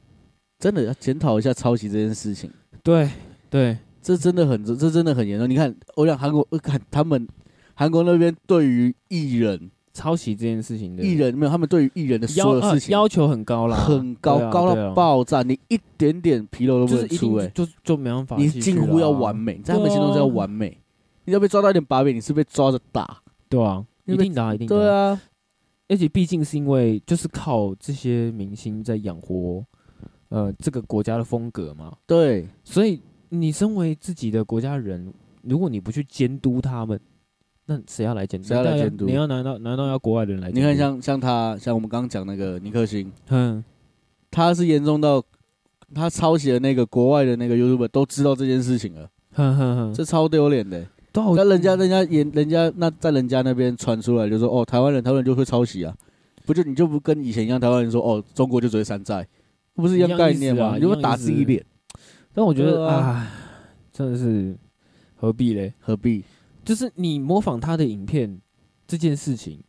Speaker 3: 真的要检讨一下抄袭这件事情，
Speaker 2: 对对
Speaker 3: 这真的很这真的很严重。你看，我讲韩国，我看他们韩国那边对于艺人、
Speaker 2: 抄袭这件事情的
Speaker 3: 艺人没有，他们对于艺人的
Speaker 2: 要
Speaker 3: 所有
Speaker 2: 啊
Speaker 3: 事情
Speaker 2: 要求很高啦，
Speaker 3: 很高，
Speaker 2: 对啊
Speaker 3: 高
Speaker 2: 对
Speaker 3: 到
Speaker 2: 啊
Speaker 3: 爆炸，你一点点纰漏都不
Speaker 2: 就是
Speaker 3: 能
Speaker 2: 一
Speaker 3: 出、
Speaker 2: 定
Speaker 3: 欸，
Speaker 2: 就就就没办法
Speaker 3: 你
Speaker 2: 继续啦，啊
Speaker 3: 近乎要完美，在他们心中是要完美。你要被抓到一点把柄，你是被抓着打。
Speaker 2: 对啊，
Speaker 3: 因
Speaker 2: 一
Speaker 3: 为
Speaker 2: 定的啊一定的，
Speaker 3: 对，啊，
Speaker 2: 而且毕竟是因为就是靠这些明星在养活呃这个国家的风格嘛，
Speaker 3: 对，啊
Speaker 2: 所以你身为自己的国家人，如果你不去监督他们，那谁要来监督？
Speaker 3: 谁要来
Speaker 2: 大家
Speaker 3: 监督
Speaker 2: 你要难道难道要国外的人来监督？
Speaker 3: 你看像像他，像我们刚刚讲那个尼克星，
Speaker 2: 嗯，
Speaker 3: 他是严重到他抄袭的那个国外的那个 YouTuber 都知道这件事情了，
Speaker 2: 哼哼哼，
Speaker 3: 这超丢脸的、
Speaker 2: 对啊，我
Speaker 3: 那人家人家也人家那在人家那边传出来就说哦，台湾人台湾人就会抄袭啊，不就你就不跟以前一样，台湾人说哦，中国就只会山寨，不是一样概念
Speaker 2: 一样意思
Speaker 3: 吗？
Speaker 2: 啊
Speaker 3: 你就会打自己
Speaker 2: 一样意
Speaker 3: 脸，
Speaker 2: 但我觉得
Speaker 3: 对啊
Speaker 2: 啊，真的是何必嘞？
Speaker 3: 何必？
Speaker 2: 就是你模仿他的影片这件事情，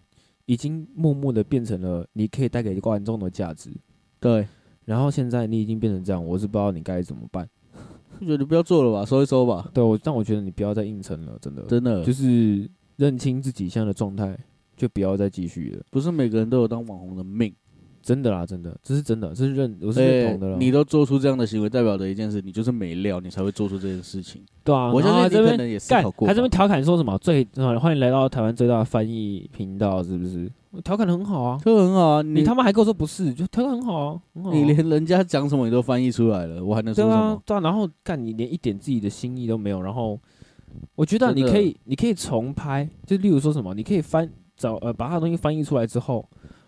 Speaker 2: 已经默默的变成了你可以带给观众的价值。
Speaker 3: 对，
Speaker 2: 然后现在你已经变成这样，我是不知道你该怎么办。
Speaker 3: 我觉得不要做了吧，收一收吧，
Speaker 2: 对我，但我觉得你不要再硬撑了，真的，
Speaker 3: 真的，
Speaker 2: 就是认清自己现在的状态，就不要再继续了。
Speaker 3: 不是每个人都有当网红的命。
Speaker 2: 真的啦，真的，这是真的，这是认，我是认
Speaker 3: 对，
Speaker 2: 同的啦。
Speaker 3: 你都做出这样的行为，代表的一件事，你就是没料，你才会做出这件事情。
Speaker 2: 对啊，
Speaker 3: 我
Speaker 2: 然
Speaker 3: 相
Speaker 2: 后
Speaker 3: 信
Speaker 2: 这
Speaker 3: 你可
Speaker 2: 边
Speaker 3: 能也思
Speaker 2: 干
Speaker 3: 考过吧。
Speaker 2: 他这边调侃说什么最、呃欢迎来到台湾最大的翻译频道，是不是？我调侃的很好啊，
Speaker 3: 就很好啊，
Speaker 2: 你
Speaker 3: 你
Speaker 2: 他妈还跟我说不是，就调侃很好啊，很好啊、
Speaker 3: 你连人家讲什么你都翻译出来了，我还能说
Speaker 2: 对
Speaker 3: 什
Speaker 2: 啊
Speaker 3: 么？
Speaker 2: 对啊，然后干你连一点自己的心意都没有，然后我觉得
Speaker 3: 真
Speaker 2: 你
Speaker 3: 的
Speaker 2: 可以你可以重拍，就例如说什么，你可以翻找呃把他的东西翻译出来之后，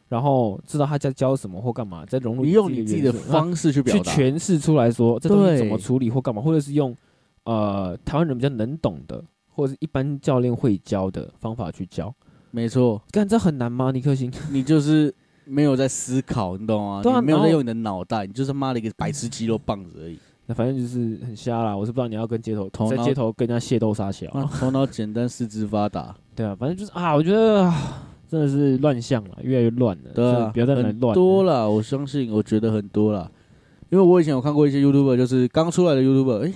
Speaker 2: 然后知道他在教什么或干嘛，再融入
Speaker 3: 你用你自己
Speaker 2: 元
Speaker 3: 的
Speaker 2: 素然后
Speaker 3: 方式去表
Speaker 2: 啊去
Speaker 3: 达，
Speaker 2: 诠释出来说这东西
Speaker 3: 对
Speaker 2: 怎么处理或干嘛，或者是用呃台湾人比较能懂的，或者是一般教练会教的方法去教。
Speaker 3: 没错，
Speaker 2: 干这很难吗？尼克星？
Speaker 3: 你就是没有在思考，你懂吗？
Speaker 2: 对啊
Speaker 3: 你没有
Speaker 2: 然后
Speaker 3: 在用你的脑袋，你就是妈的一个白痴肌肉棒子而已。
Speaker 2: 那反正就是很瞎啦，我是不知道你要跟街头
Speaker 3: 头
Speaker 2: 在
Speaker 3: 脑
Speaker 2: 街头跟人家械斗杀小、
Speaker 3: 啊头脑简单，四肢发达，
Speaker 2: 对啊，反正就是啊，我觉得啊真的是乱象了，越来越乱了，
Speaker 3: 对
Speaker 2: 真
Speaker 3: 啊
Speaker 2: 的，不要再来
Speaker 3: 很
Speaker 2: 乱
Speaker 3: 多
Speaker 2: 了，
Speaker 3: 啦，我相信，我觉得很多啦。因为我以前有看过一些 YouTuber，就是刚出来的 YouTuber，哎、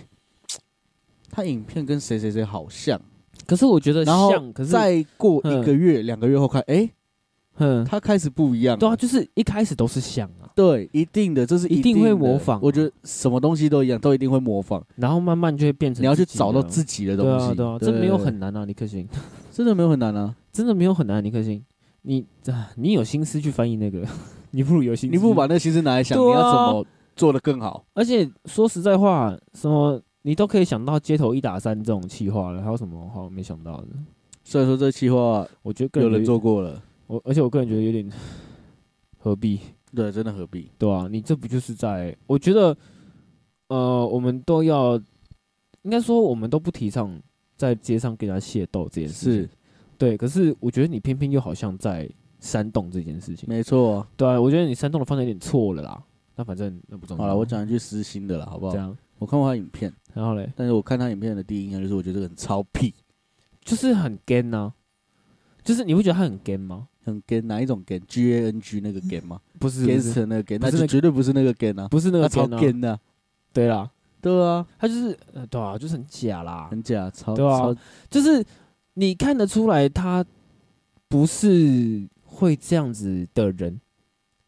Speaker 3: 他影片跟谁谁谁好像，
Speaker 2: 可是我觉得
Speaker 3: 然后
Speaker 2: 像，可是
Speaker 3: 再过一个月、两个月后看，哎、
Speaker 2: 嗯，
Speaker 3: 他开始不一样了。
Speaker 2: 对啊，就是一开始都是像啊，
Speaker 3: 对，一定的，这是
Speaker 2: 一定
Speaker 3: 定
Speaker 2: 会
Speaker 3: 的
Speaker 2: 模仿啊
Speaker 3: 我觉得什么东西都一样，都一定会模仿。
Speaker 2: 然后慢慢就会变成
Speaker 3: 你要去
Speaker 2: 己
Speaker 3: 找到
Speaker 2: 的
Speaker 3: 自己的东
Speaker 2: 对啊
Speaker 3: 西。
Speaker 2: 对啊，这没有很难啊，尼克星，
Speaker 3: 真的没有很难啊。
Speaker 2: 真的没有很难啊，尼克星，你啊，你有心思去翻译那个， 你不如有心思，
Speaker 3: 你不把，那个心思拿来想，
Speaker 2: 对啊
Speaker 3: 你要怎么做的更好？
Speaker 2: 而且说实在话，什么你都可以想到街头一打三这种气话了，还有什么好没想到的？
Speaker 3: 虽然说这计划
Speaker 2: 我觉得个
Speaker 3: 有
Speaker 2: 人觉
Speaker 3: 人
Speaker 2: 得，
Speaker 3: 做过了，
Speaker 2: 我而且我个人觉得有点何必。
Speaker 3: 对，真的何必？
Speaker 2: 对啊，你这不就是在？我觉得，呃，我们都要，应该说我们都不提倡在街上跟人家械斗这件事情
Speaker 3: 是，
Speaker 2: 对。可是我觉得你偏偏又好像在煽动这件事情，
Speaker 3: 没错啊。
Speaker 2: 对啊，我觉得你煽动的方向有点错了啦。那反正那不重要。
Speaker 3: 好了，我讲一句私心的啦，好不好
Speaker 2: 这？样，
Speaker 3: 我看过他影片，
Speaker 2: 然后嘞，
Speaker 3: 但是我看他影片的第一印象就是，我觉得这个很超屁，
Speaker 2: 就是很 gay 呐、就是你不觉得他很 gay 吗？
Speaker 3: 很 gay，哪一种 gay？G A N G 那个 gay 吗
Speaker 2: 不是，不是
Speaker 3: ？gangster 那个 gay，
Speaker 2: 不
Speaker 3: 那
Speaker 2: 是那
Speaker 3: 就绝对不是那个 gay 啊，
Speaker 2: 不是那
Speaker 3: 那
Speaker 2: 个
Speaker 3: 超
Speaker 2: gay 啊
Speaker 3: gay 的啊，
Speaker 2: 对啦，
Speaker 3: 对啊，
Speaker 2: 他就是呃，对啊，就是很假啦，
Speaker 3: 很假，超
Speaker 2: 对啊
Speaker 3: 超
Speaker 2: 就是你看得出来他不是会这样子的人，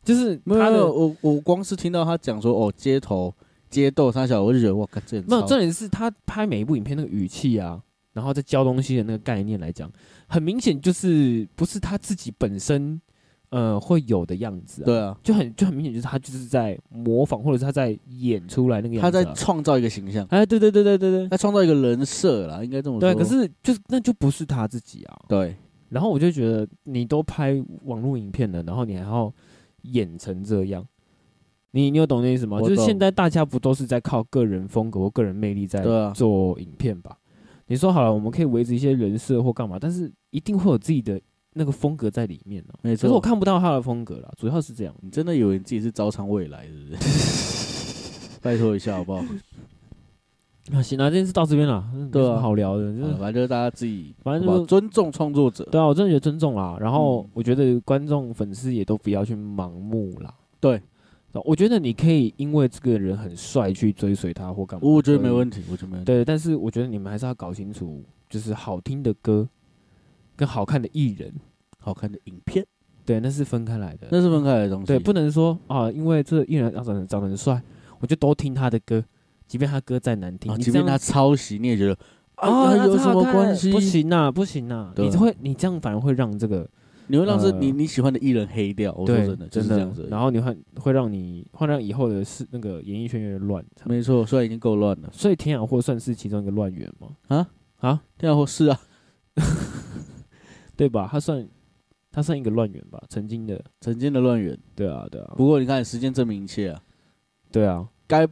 Speaker 2: 就是
Speaker 3: 没有
Speaker 2: 他
Speaker 3: 没
Speaker 2: 的
Speaker 3: 有，我我光是听到他讲说哦街头街斗他小，我就觉得哇，干这人
Speaker 2: 没有
Speaker 3: 超
Speaker 2: 重点是他拍每一部影片那个语气啊，然后在教东西的那个概念来讲，很明显就是不是他自己本身呃会有的样子、啊，
Speaker 3: 对啊，
Speaker 2: 就很就很明显，就是他就是在模仿，或者是他在演出来那个样
Speaker 3: 他
Speaker 2: 子啊、
Speaker 3: 在创造一个形象，
Speaker 2: 哎，对对对对对对
Speaker 3: 他创造一个人设啦，应该这么说。
Speaker 2: 对，可是就是那就不是他自己啊。
Speaker 3: 对
Speaker 2: 然后我就觉得你都拍网络影片了，然后你还要演成这样，你你有懂那意思吗？
Speaker 3: 我
Speaker 2: 就是
Speaker 3: 懂
Speaker 2: 现在大家不都是在靠个人风格或个人魅力在
Speaker 3: 对啊
Speaker 2: 做影片吧？你说好了，我们可以维持一些人设或干嘛，但是一定会有自己的那个风格在里面呢、
Speaker 3: 没
Speaker 2: 可是我
Speaker 3: 错，
Speaker 2: 看不到他的风格了，主要是这样。
Speaker 3: 你真的以为你自己是招商未来是不是？ 拜托一下好不好？
Speaker 2: 啊，行啊，今天是到这边了，嗯没
Speaker 3: 对啊
Speaker 2: 什么好聊的，就
Speaker 3: 好
Speaker 2: 是
Speaker 3: 了反正就是大家自己，
Speaker 2: 反正
Speaker 3: 好不好
Speaker 2: 就
Speaker 3: 尊重创作者。
Speaker 2: 对啊，我真的觉得尊重啦。然后
Speaker 3: 嗯
Speaker 2: 我觉得观众粉丝也都不要去盲目啦。啊
Speaker 3: 对，
Speaker 2: 我觉得你可以因为这个人很帅去追随他或干嘛，
Speaker 3: 我觉得没
Speaker 2: 题。
Speaker 3: 问题，我觉得没问题。
Speaker 2: 对，但是我觉得你们还是要搞清楚，就是好听的歌跟好看的艺人，
Speaker 3: 好看的影片，
Speaker 2: 对，那是分开来的。
Speaker 3: 那是分开来的东西。
Speaker 2: 对，不能说啊，因为这艺人啊长得长得很帅，我就都听他的歌，即便他歌再难听，
Speaker 3: 啊，
Speaker 2: 你
Speaker 3: 即
Speaker 2: 这
Speaker 3: 便
Speaker 2: 样
Speaker 3: 他抄袭，你也觉得
Speaker 2: 啊
Speaker 3: 啊有什么关系？
Speaker 2: 欸不，行呐，不行呐，
Speaker 3: 对
Speaker 2: 你就会你这样反而会让这个
Speaker 3: 你会让这
Speaker 2: 呃
Speaker 3: 你你喜欢的艺人黑掉。我说
Speaker 2: 对
Speaker 3: 真的，就是这样子而已。
Speaker 2: 然后你会会让你会让以后的是那个演艺圈越来越乱，
Speaker 3: 没错，虽然已经够乱了。
Speaker 2: 所以田雅霍算是其中一个乱源嘛，
Speaker 3: 啊天然后是啊，
Speaker 2: 对吧？他算他算一个乱源吧，曾经的，
Speaker 3: 曾经的乱源。
Speaker 2: 对啊，对啊，
Speaker 3: 不过你看，时间证明一切啊。
Speaker 2: 对啊，
Speaker 3: 该，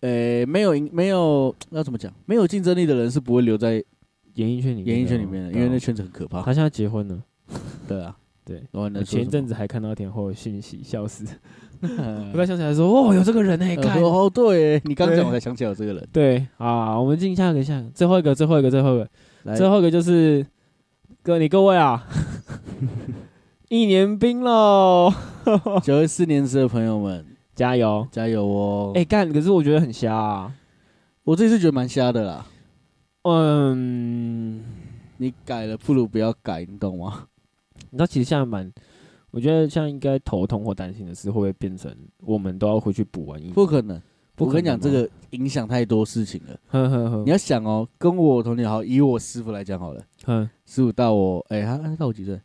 Speaker 3: 呃，没有赢，没有要怎么讲？没有竞争力的人是不会留在
Speaker 2: 演艺圈里面的啊，
Speaker 3: 演艺圈里面的，因
Speaker 2: 对啊
Speaker 3: 为那圈子很可怕。
Speaker 2: 他现在结婚了，
Speaker 3: 对啊，
Speaker 2: 对。
Speaker 3: 我
Speaker 2: 我前一 阵子还看到田后的讯息，笑死！
Speaker 3: 嗯
Speaker 2: 我
Speaker 3: 我
Speaker 2: 才想起来说，哦，有这个人哎、欸，干
Speaker 3: 说哦，对耶，你刚
Speaker 2: 对
Speaker 3: 讲我才想起来有这个人。
Speaker 2: 对啊，我们进下一个，下一个，最后一个，最后一个，最后一个，
Speaker 3: 来，
Speaker 2: 最后一个就是各你各位 啊，一年兵喽，
Speaker 3: 九一四年级的朋友们，
Speaker 2: 加油！
Speaker 3: 加油哦！
Speaker 2: 哎、，干，可是我觉得很瞎啊。
Speaker 3: 我这次觉得蛮瞎的啦。
Speaker 2: 嗯，
Speaker 3: 你改了，不如不要改，你懂吗？
Speaker 2: 你知道，其实现在蛮，我觉得现在应该头痛或担心的是，会不会变成我们都要回去补完一？
Speaker 3: 不可能，
Speaker 2: 不
Speaker 3: 我
Speaker 2: 可
Speaker 3: 跟
Speaker 2: 能啊
Speaker 3: 你讲，
Speaker 2: 嘛，
Speaker 3: 这个影响太多事情了。
Speaker 2: 呵呵呵
Speaker 3: 你，要想哦，跟我同年好，以我师傅来讲好了，
Speaker 2: 哼
Speaker 3: 师傅大我，哎，他他大我几岁？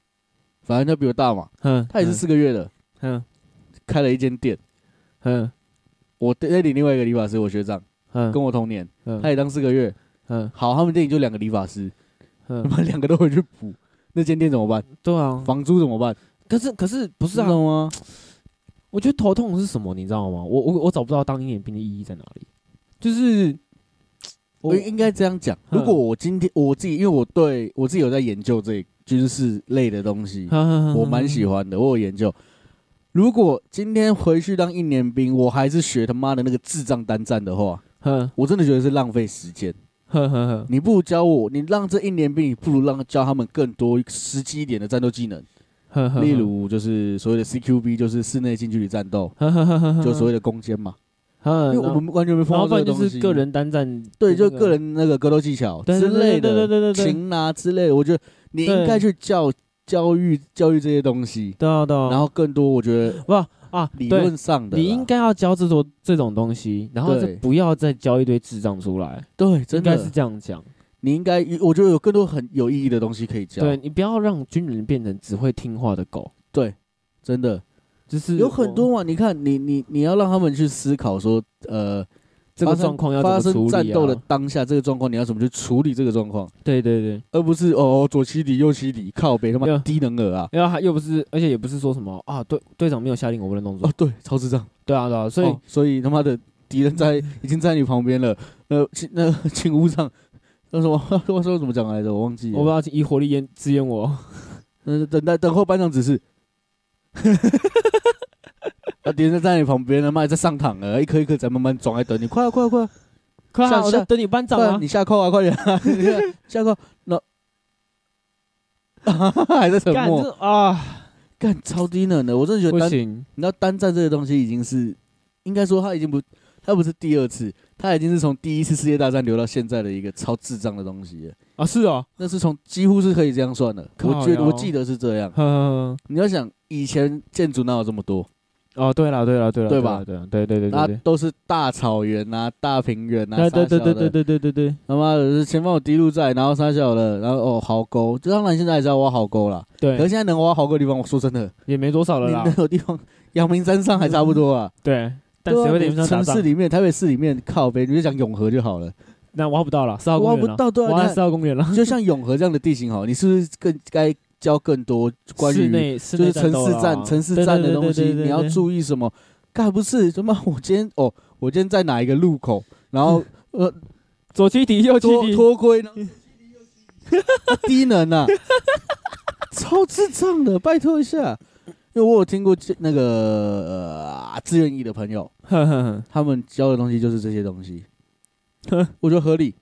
Speaker 3: 反正他比我大嘛，
Speaker 2: 哼，
Speaker 3: 他也是四个月的，
Speaker 2: 哼，
Speaker 3: 开了一间店。
Speaker 2: 哼
Speaker 3: 我那里另外一个理发师，我学长
Speaker 2: 哼
Speaker 3: 跟我同年，
Speaker 2: 哼
Speaker 3: 他也当四个月。
Speaker 2: 哼
Speaker 3: 好，他们店里就两个理发师，他
Speaker 2: 哼，
Speaker 3: 们两个都回去补，那间店怎么办？
Speaker 2: 对啊。
Speaker 3: 房租怎么办？
Speaker 2: 可是可是不
Speaker 3: 不
Speaker 2: 是啊？
Speaker 3: 懂吗？
Speaker 2: 我觉得头痛是什么，你知道吗？我我我找不到当一年兵的意义在哪里，就是
Speaker 3: 我应该这样讲，
Speaker 2: 嗯
Speaker 3: 如果我今天我自己，因为我对我自己有在研究这军事类的东西，
Speaker 2: 嗯
Speaker 3: 我
Speaker 2: 我
Speaker 3: 蛮喜欢的，我有研究。如果今天回去当一年兵，我还是学他妈的那个智障单战的话，
Speaker 2: 哼
Speaker 3: 我真的觉得是浪费时间。
Speaker 2: 哼哼哼，
Speaker 3: 你不如教我，你让这一年兵，你不如让教他们更多实际一点的战斗技能。
Speaker 2: 呵呵
Speaker 3: 例如就是所谓的 CQB，就是室内近距离战斗，
Speaker 2: 呵呵呵呵呵，
Speaker 3: 就所谓的攻坚嘛。因
Speaker 2: 嗯，
Speaker 3: 为我们完全没碰
Speaker 2: 然后
Speaker 3: 到
Speaker 2: 不然
Speaker 3: 这个
Speaker 2: 就
Speaker 3: 东
Speaker 2: 是
Speaker 3: 西。
Speaker 2: 个人单战，
Speaker 3: 对，就个人那个格斗技巧
Speaker 2: 对
Speaker 3: 之
Speaker 2: 对
Speaker 3: 类的，
Speaker 2: 对对对对对
Speaker 3: 擒拿之类的，我觉得你应该去教教育教育这些东西。
Speaker 2: 对啊对啊，
Speaker 3: 然后更多，我觉得
Speaker 2: 不啊，
Speaker 3: 理
Speaker 2: 对
Speaker 3: 论上的啦，
Speaker 2: 你应该要教这种这种东西，然后就
Speaker 3: 对
Speaker 2: 不要再教一堆智障出来，
Speaker 3: 对，真
Speaker 2: 应该是
Speaker 3: 的，
Speaker 2: 这样讲。
Speaker 3: 你应该，我觉得有更多很有意义的东西可以教。
Speaker 2: 对，你不要让军人变成只会听话的狗，
Speaker 3: 对，真的
Speaker 2: 就是哦
Speaker 3: 有
Speaker 2: 我
Speaker 3: 很多嘛。你看，你你你要让他们去思考说，呃，
Speaker 2: 这个
Speaker 3: 发生
Speaker 2: 状况要怎
Speaker 3: 发
Speaker 2: 么处
Speaker 3: 生
Speaker 2: 理啊
Speaker 3: 战斗的当下，这个状况你要怎么去处理这个状况？
Speaker 2: 对对对，
Speaker 3: 而不是哦左七底右七底，靠北他
Speaker 2: 没有
Speaker 3: 妈低能儿啊！
Speaker 2: 然后还又不是，而且也不是说什么啊，队队长没有下令我不能动作
Speaker 3: 哦，，对，超智障。
Speaker 2: 对啊对啊，所以
Speaker 3: 哦所以他妈的敌人在已经在你旁边了，呃， 请那请勿上。那什么，我说怎么讲来着？我忘记了。
Speaker 2: 我不知道以火力淹支援我，
Speaker 3: 那等待等候班长指示。 啊，敌人在你旁边了，妈也在上膛了，一颗一颗在慢慢装，还等你，快啊快啊快啊！
Speaker 2: 快啊，
Speaker 3: 上
Speaker 2: 我在
Speaker 3: 下
Speaker 2: 等你班长
Speaker 3: 快啊
Speaker 2: 啊，
Speaker 3: 你下扣啊，快点 啊！你看下扣，那还在沉
Speaker 2: 干
Speaker 3: 默，
Speaker 2: 这啊，
Speaker 3: 干超低能的，我真的觉得
Speaker 2: 不
Speaker 3: 单
Speaker 2: 行，
Speaker 3: 你知道单战这个东西已经是，应该说它已经不，他不是第二次，他已经是从第一次世界大战留到现在的一个超智障的东西了。
Speaker 2: 啊，是哦，
Speaker 3: 那是从几乎是可以这样算的，我觉
Speaker 2: 靠
Speaker 3: 得
Speaker 2: 腰
Speaker 3: 我记得是这样。
Speaker 2: 嗯，
Speaker 3: 你要想以前建筑哪有这么多，
Speaker 2: 哦，对了，对了，对了，
Speaker 3: 对
Speaker 2: 对
Speaker 3: 吧
Speaker 2: 啦对啦对对对
Speaker 3: 那
Speaker 2: 对对
Speaker 3: 都是大草原啊、大平原啊，
Speaker 2: 对对对
Speaker 3: 啥
Speaker 2: 对
Speaker 3: 小的
Speaker 2: 对对对对对，
Speaker 3: 他妈的前方有敌路在，然后杀小的，然后哦壕沟，就当然现在还是要挖壕沟啦。
Speaker 2: 对，啊
Speaker 3: 可是现在能挖壕沟的地方，我说真的，
Speaker 2: 也没多少了
Speaker 3: 你
Speaker 2: 啦
Speaker 3: 能。有地方，阳明山上还差不多啊。
Speaker 2: 对，但谁会
Speaker 3: 对
Speaker 2: 连上
Speaker 3: 啊
Speaker 2: 打
Speaker 3: 城
Speaker 2: 仗
Speaker 3: 市？里面，台北市里面靠北，你就讲永和就好了，
Speaker 2: 那挖不到了，四号
Speaker 3: 挖
Speaker 2: 公园
Speaker 3: 不
Speaker 2: 了，
Speaker 3: 到对
Speaker 2: 挖
Speaker 3: 啊。
Speaker 2: 在
Speaker 3: 你
Speaker 2: 四号公园了。
Speaker 3: 看就像永和这样的地形好，你是不是更该教更多关
Speaker 2: 室
Speaker 3: 于
Speaker 2: 内室
Speaker 3: 就
Speaker 2: 内
Speaker 3: 是城
Speaker 2: 战
Speaker 3: 市
Speaker 2: 斗
Speaker 3: 战、
Speaker 2: 啦
Speaker 3: 城市战的东西，
Speaker 2: 对对对对对
Speaker 3: 你要
Speaker 2: 对
Speaker 3: 注意什么？干不是他妈，我今天哦，我今天在哪一个路口，然后呃
Speaker 2: 左七敌右七
Speaker 3: 脱
Speaker 2: 敌，
Speaker 3: 脱盔呢？他低能啊，超智障的，拜托一下。因为我有听过这那个、呃、志愿役的朋友，
Speaker 2: 哼哼哼
Speaker 3: 他们教的东西就是这些东 西
Speaker 2: 呵，
Speaker 3: 我觉得合理。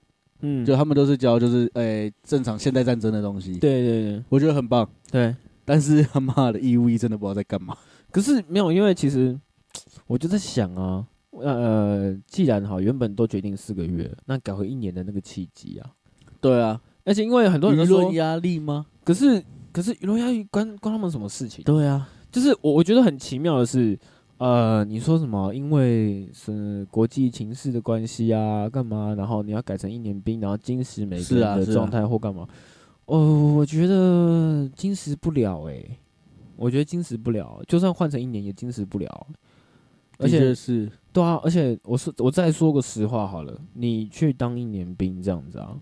Speaker 2: 嗯，
Speaker 3: 就他们都是教就是诶、正常现代战争的东西，
Speaker 2: 对对对
Speaker 3: 我觉得很棒。
Speaker 2: 对。
Speaker 3: 但是他妈的义务役真的不知道在干嘛。
Speaker 2: 可是没有，因为其实我就在想啊，呃，既然哈原本都决定四个月，那改回一年的那个契机啊，
Speaker 3: 对啊，
Speaker 2: 而且因为很多人
Speaker 3: 舆
Speaker 2: 都说
Speaker 3: 论，压力吗？
Speaker 2: 可是可是舆论压力关关他们什么事情？
Speaker 3: 对啊，
Speaker 2: 就是我我觉得很奇妙的是，呃，你说什么？因为是国际情势的关系啊，干嘛？然后你要改成一年兵，然后金石每个
Speaker 3: 是啊
Speaker 2: 人
Speaker 3: 是
Speaker 2: 的
Speaker 3: 啊
Speaker 2: 状态或干嘛？哦，我觉得金石不了诶、我觉得金石不了，就算换成一年也金石不了。而
Speaker 3: 的确
Speaker 2: 且
Speaker 3: 是
Speaker 2: 对啊，而且我是我再说个实话好了，你去当一年兵这样子啊，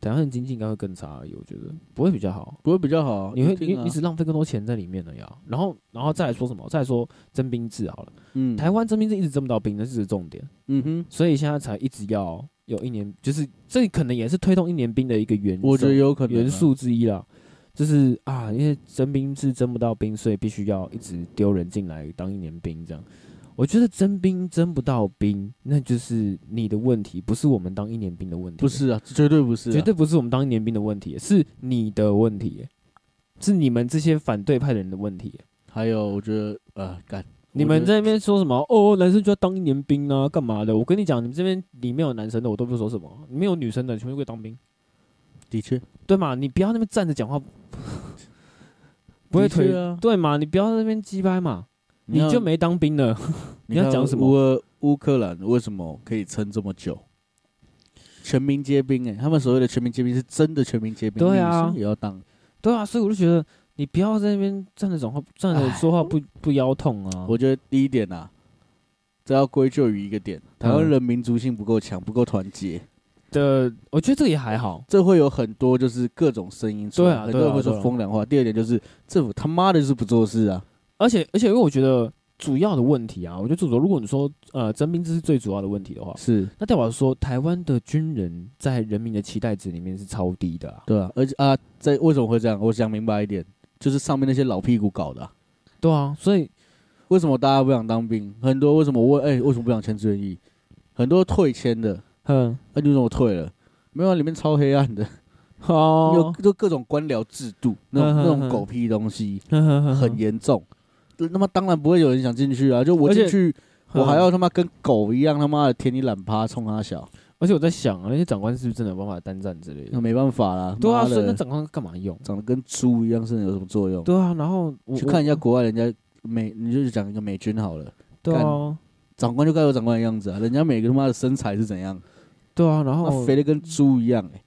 Speaker 2: 台湾的经济应该会更差而已，我觉得不会比较好。
Speaker 3: 不会比较好啊？
Speaker 2: 你会
Speaker 3: 一
Speaker 2: 你
Speaker 3: 定啊
Speaker 2: 你只浪费更多钱在里面了呀。然后然后再来说什么？再来说征兵制好了，
Speaker 3: 嗯
Speaker 2: 台湾征兵制一直征不到兵，那是重点，
Speaker 3: 嗯哼，
Speaker 2: 所以现在才一直要有一年，就是这可能也是推动一年兵的一个元素，
Speaker 3: 我觉得有可能啊
Speaker 2: 元素之一啦。就是啊，因为征兵制征不到兵，所以必须要一直丢人进来当一年兵这样。我觉得征兵征不到兵，那就是你的问题，不是我们当一年兵的问题。
Speaker 3: 不是啊，绝对不是、啊，
Speaker 2: 绝对不是我们当年兵的问题，是你的问题，是你们这些反对派的人的问题。
Speaker 3: 还有，我觉得呃，干
Speaker 2: 你们在那边说什么？哦，男生就要当一年兵啊，干嘛的？我跟你讲，你们这边里面有男生的，我都不说什么；里面有女生的，全部都可以当兵，
Speaker 3: 的确
Speaker 2: 对嘛？你不要那边站着讲话，
Speaker 3: 啊
Speaker 2: 不会
Speaker 3: 的确
Speaker 2: 腿，
Speaker 3: 啊
Speaker 2: 对嘛？你不要在那边鸡掰嘛，你
Speaker 3: 看
Speaker 2: 就没当兵了。你要
Speaker 3: 看
Speaker 2: 讲什么
Speaker 3: 乌乌克兰为什么可以撑这么久？全民皆兵哎、他们所谓的全民皆兵是真的全民皆兵，
Speaker 2: 对啊
Speaker 3: 女生也要当。
Speaker 2: 对啊，所以我就觉得你不要在那边站着讲话，站着说话不不腰痛啊。
Speaker 3: 我觉得第一点啊，这要归咎于一个点，
Speaker 2: 嗯
Speaker 3: 台湾人民族性不够强，不够团结，
Speaker 2: 的，我觉得这个也还好。
Speaker 3: 这会有很多就是各种声音出来，
Speaker 2: 对啊
Speaker 3: 很多
Speaker 2: 对
Speaker 3: 人
Speaker 2: 啊
Speaker 3: 会说
Speaker 2: 对啊
Speaker 3: 风凉话。第二点就是政府他妈的就是不做事啊，
Speaker 2: 而且而且，因为我觉得主要的问题啊，我觉得主要，如果你说呃征兵这是最主要的问题的话，
Speaker 3: 是
Speaker 2: 那代表说台湾的军人在人民的期待值里面是超低的、啊。
Speaker 3: 对啊，而且啊，在为什么会这样？我想明白一点，就是上面那些老屁股搞的啊、
Speaker 2: 对啊，所以
Speaker 3: 为什么大家不想当兵？很多为什么我哎、为什么不想签志愿役？很多退签的，
Speaker 2: 嗯，
Speaker 3: 那、你为什么退了？没有、啊，里面超黑暗的，有
Speaker 2: 哦，
Speaker 3: 就各种官僚制度，那种
Speaker 2: 嗯
Speaker 3: 那
Speaker 2: 嗯
Speaker 3: 种
Speaker 2: 嗯
Speaker 3: 狗屁东西，很
Speaker 2: 很
Speaker 3: 严重。那么当然不会有人想进去啊！就我
Speaker 2: 而且
Speaker 3: 进去，我还要他妈跟狗一样他妈的舔你懒趴，冲他小，
Speaker 2: 而且我在想啊，那些长官是不是真的有办法单战之类
Speaker 3: 那
Speaker 2: 的？
Speaker 3: 没办法啦。
Speaker 2: 对啊，
Speaker 3: 妈
Speaker 2: 所以那
Speaker 3: 的，
Speaker 2: 长官干嘛用？
Speaker 3: 长得跟猪一样，是能有什么作用？
Speaker 2: 对啊，然后我
Speaker 3: 去看一下
Speaker 2: 我
Speaker 3: 国外人家美，你就是讲一个美军好了，
Speaker 2: 对啊
Speaker 3: 干，长官就该有长官的样子啊！人家每个他妈的身材是怎样，
Speaker 2: 对啊，然
Speaker 3: 他妈
Speaker 2: 后
Speaker 3: 肥的跟猪一样、欸，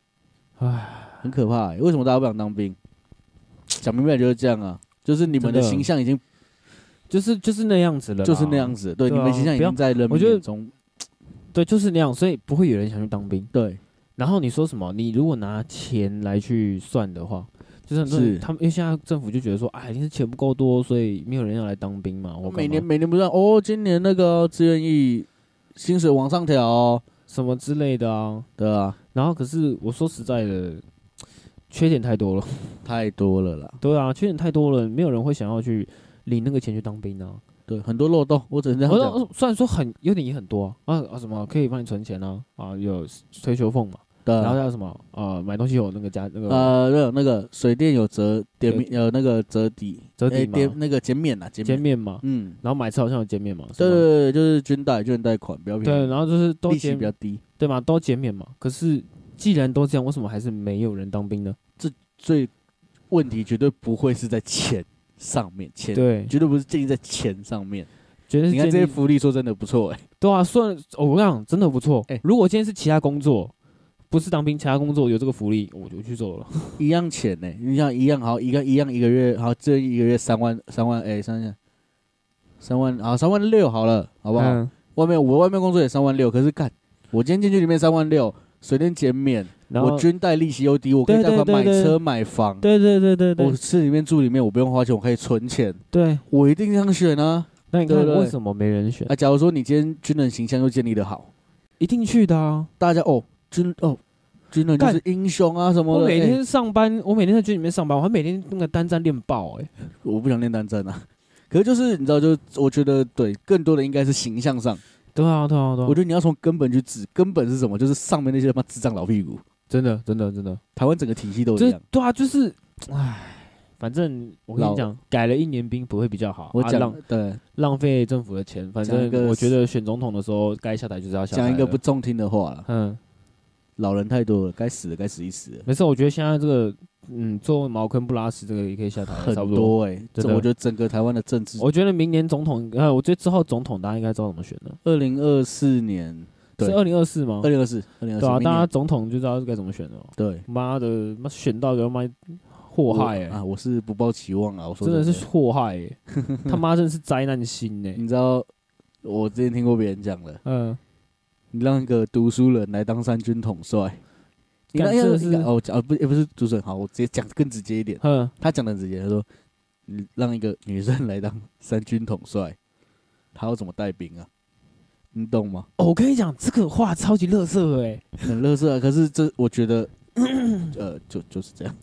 Speaker 2: 唉，
Speaker 3: 很可怕、欸。为什么大家不想当兵？讲明白就是这样啊，就是你们的
Speaker 2: 真的
Speaker 3: 形象已经
Speaker 2: 就是就是那样子了，
Speaker 3: 就是那样。子，对，
Speaker 2: 对
Speaker 3: 你
Speaker 2: 啊
Speaker 3: 们形象已
Speaker 2: 不要
Speaker 3: 经在人
Speaker 2: 我
Speaker 3: 民
Speaker 2: 觉得
Speaker 3: 眼中，
Speaker 2: 对，就是那样，所以不会有人想去当兵。
Speaker 3: 对，
Speaker 2: 然后你说什么？你如果拿钱来去算的话，就是很多
Speaker 3: 是
Speaker 2: 人他们因为现在政府就觉得说，哎，一定是钱不够多，所以没有人要来当兵嘛。我啊
Speaker 3: 每年每年不算哦，今年那个志愿役薪水往上调、哦，
Speaker 2: 什么之类的啊。
Speaker 3: 对啊，
Speaker 2: 然后可是我说实在的，缺点太多了。
Speaker 3: 太多了啦，
Speaker 2: 对啊，缺点太多了，没有人会想要去领那个钱去当兵啊。
Speaker 3: 对，很多漏洞，我只能这
Speaker 2: 我哦
Speaker 3: 样讲，
Speaker 2: 说虽然说很有点也很多啊啊啊什么可以帮你存钱啊啊有退休俸嘛，
Speaker 3: 对啊，
Speaker 2: 然后还有什么呃，买东西有那个加那个
Speaker 3: 呃，那个那个水电有折点名，有那个折抵，
Speaker 2: 折抵
Speaker 3: 哎
Speaker 2: 吗
Speaker 3: 点那个减免啊，减
Speaker 2: 减免
Speaker 3: 免，
Speaker 2: 嘛，
Speaker 3: 嗯，
Speaker 2: 然后买车好像有减免嘛，是
Speaker 3: 对
Speaker 2: 吗
Speaker 3: 对对，就是军贷军贷款比较便
Speaker 2: 对，
Speaker 3: 宜，
Speaker 2: 然后就是都
Speaker 3: 利息
Speaker 2: 减
Speaker 3: 比较低，
Speaker 2: 对嘛，都减免嘛。可是既然都这样，为什么还是没有人当兵呢？
Speaker 3: 所以问题绝对不会是在钱上面，钱
Speaker 2: 对，
Speaker 3: 绝对不是建立在钱上面。
Speaker 2: 觉得
Speaker 3: 你看这些
Speaker 2: 些
Speaker 3: 福利，说真的不错哎、
Speaker 2: 对啊，算哦我跟你讲真的不错
Speaker 3: 哎。
Speaker 2: 如果今天是其他工作，不是当兵，其他工作有这个福利，我就去做了。
Speaker 3: 一样钱呢、你想一样好，一个一样一个月好，这一个月三万三万哎、三万三万好三万六好了，好不好？
Speaker 2: 嗯，
Speaker 3: 外面我外面工作也三万六，可是干我今天进去里面三万六，水电减免，
Speaker 2: 然后
Speaker 3: 我军贷利息又低，我可以
Speaker 2: 对
Speaker 3: 贷
Speaker 2: 对
Speaker 3: 款
Speaker 2: 对
Speaker 3: 买
Speaker 2: 对
Speaker 3: 车买房，
Speaker 2: 对对对对
Speaker 3: 我
Speaker 2: 对
Speaker 3: 吃里面住里面，我不用花钱，我可以存钱，
Speaker 2: 对，
Speaker 3: 我一定这样选啊！
Speaker 2: 那你
Speaker 3: 对
Speaker 2: 看
Speaker 3: 对对
Speaker 2: 为什么没人选？
Speaker 3: 啊，假如说你今天军人形象又建立的好，
Speaker 2: 一定去的啊！
Speaker 3: 大家哦军哦军人就
Speaker 2: 干
Speaker 3: 是英雄啊什么
Speaker 2: 我
Speaker 3: 的，
Speaker 2: 每
Speaker 3: 哎
Speaker 2: 天上班，我每天在军里面上班，我还每天那个单站练爆哎。
Speaker 3: 我不想练单战啊。可是就是你知道，就是我觉得对，更多的应该是形象上。
Speaker 2: 对啊对啊对
Speaker 3: 我觉
Speaker 2: 啊！
Speaker 3: 得你要从根本去治，根本是什么？就是上面那些他妈智障老屁股，
Speaker 2: 真的真的真的，
Speaker 3: 台湾整个体系都一
Speaker 2: 这
Speaker 3: 样。
Speaker 2: 对啊就是，唉，反正我跟
Speaker 3: 老
Speaker 2: 你讲，改了一年兵不会比较好。
Speaker 3: 我
Speaker 2: 啊
Speaker 3: 讲、
Speaker 2: 浪
Speaker 3: 对，
Speaker 2: 浪费政府的钱，反
Speaker 3: 讲一个
Speaker 2: 正我觉得选总统的时候该下台就是要下台了。
Speaker 3: 讲一个不中听的话了，
Speaker 2: 嗯，
Speaker 3: 老人太多了，该死的该死一死了，
Speaker 2: 没事，我觉得现在这个嗯做茅坑不拉屎这个也可以下台了，
Speaker 3: 很
Speaker 2: 差不多。
Speaker 3: 多哎、这
Speaker 2: 真的
Speaker 3: 我觉得整个台湾的政治，
Speaker 2: 我觉得明年总统，呃，我觉得之后总统大家应该知道怎么选了，
Speaker 3: 二零二四年，对
Speaker 2: 是二零二四吗
Speaker 3: 二？零二四，二零二四，
Speaker 2: 对啊，
Speaker 3: 明年
Speaker 2: 大家总统就知道该怎么选了。
Speaker 3: 对
Speaker 2: 妈的，妈选到个妈祸害欸
Speaker 3: 我啊！我是不抱期望啊，我说
Speaker 2: 真的
Speaker 3: 的
Speaker 2: 是祸害 欸他妈真的是灾难欸心呢。
Speaker 3: 你知道，我之前听过别人讲了，
Speaker 2: 嗯，
Speaker 3: 你让一个读书人来当三军统帅，你
Speaker 2: 干
Speaker 3: 让一
Speaker 2: 这
Speaker 3: 个
Speaker 2: 个是
Speaker 3: 一个哦，讲啊不也不是读书人，好，我直接讲更直接一点，
Speaker 2: 嗯哼，
Speaker 3: 他讲的很直接，他说你让一个女生来当三军统帅，她要怎么带兵啊？你懂吗？
Speaker 2: 哦我跟你讲，这个话超级乐色哎，
Speaker 3: 很乐色啊，可是这我觉得，呃，就就是这样。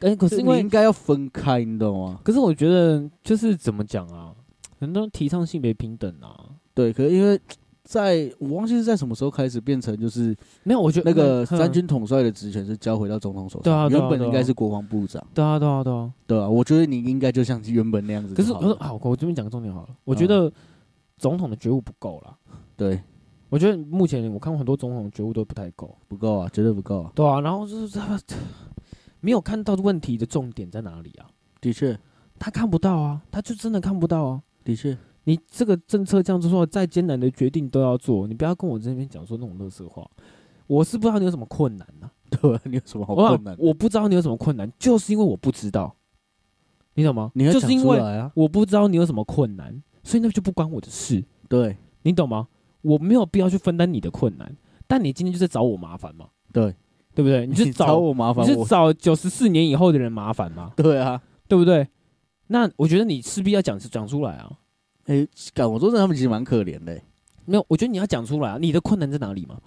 Speaker 2: 哎，可
Speaker 3: 可
Speaker 2: 是因为
Speaker 3: 应该要分开，你懂吗？
Speaker 2: 可是我觉得就是怎么讲啊，很多人提倡性别平等啊，
Speaker 3: 对，可是因为在我忘记是在什么时候开始变成就是
Speaker 2: 没有，我 觉得嗯
Speaker 3: 那个
Speaker 2: 哼
Speaker 3: 三军统帅的职权是交回到总统手上，
Speaker 2: 对啊对啊
Speaker 3: 原本
Speaker 2: 对啊
Speaker 3: 应该是国防部长，
Speaker 2: 对啊对啊对啊。
Speaker 3: 对啊，我觉得你应该就像原本那样子
Speaker 2: 可
Speaker 3: 就是好
Speaker 2: 我
Speaker 3: 了。嗯
Speaker 2: 说好，我这边讲个重点好了，我觉得总统的觉悟不够啦。
Speaker 3: 对，
Speaker 2: 我觉得目前我看过很多总统的觉悟都不太够，
Speaker 3: 不够啊，绝对不够啊，
Speaker 2: 对啊，然后就是他没有看到问题的重点在哪里啊？
Speaker 3: 的确，
Speaker 2: 他看不到啊，他就真的看不到啊。
Speaker 3: 的确，
Speaker 2: 你这个政策这样子说，再艰难的决定都要做，你不要跟我这边讲说那种乐色话。我是不知道你有什么困难呐、
Speaker 3: 对啊，你有什么好
Speaker 2: 我
Speaker 3: 困难的？
Speaker 2: 我不知道你有什么困难，就是因为我不知道，你懂吗？
Speaker 3: 你要
Speaker 2: 就
Speaker 3: 讲
Speaker 2: 是因
Speaker 3: 出
Speaker 2: 为
Speaker 3: 来啊，
Speaker 2: 我不知道你有什么困难，所以那就不关我的事，
Speaker 3: 对
Speaker 2: 你懂吗？我没有必要去分担你的困难，但你今天就是找我麻烦嘛，
Speaker 3: 对，
Speaker 2: 对不 对？你去找，
Speaker 3: 我麻烦
Speaker 2: 你
Speaker 3: 我
Speaker 2: 是，找九十四年以后的人麻烦嘛，
Speaker 3: 对啊，
Speaker 2: 对不对？那我觉得你势必要讲讲出来啊，
Speaker 3: 哎，敢我说真的，他们其实蛮可怜的欸，
Speaker 2: 没有，我觉得你要讲出来啊，你的困难在哪里嘛，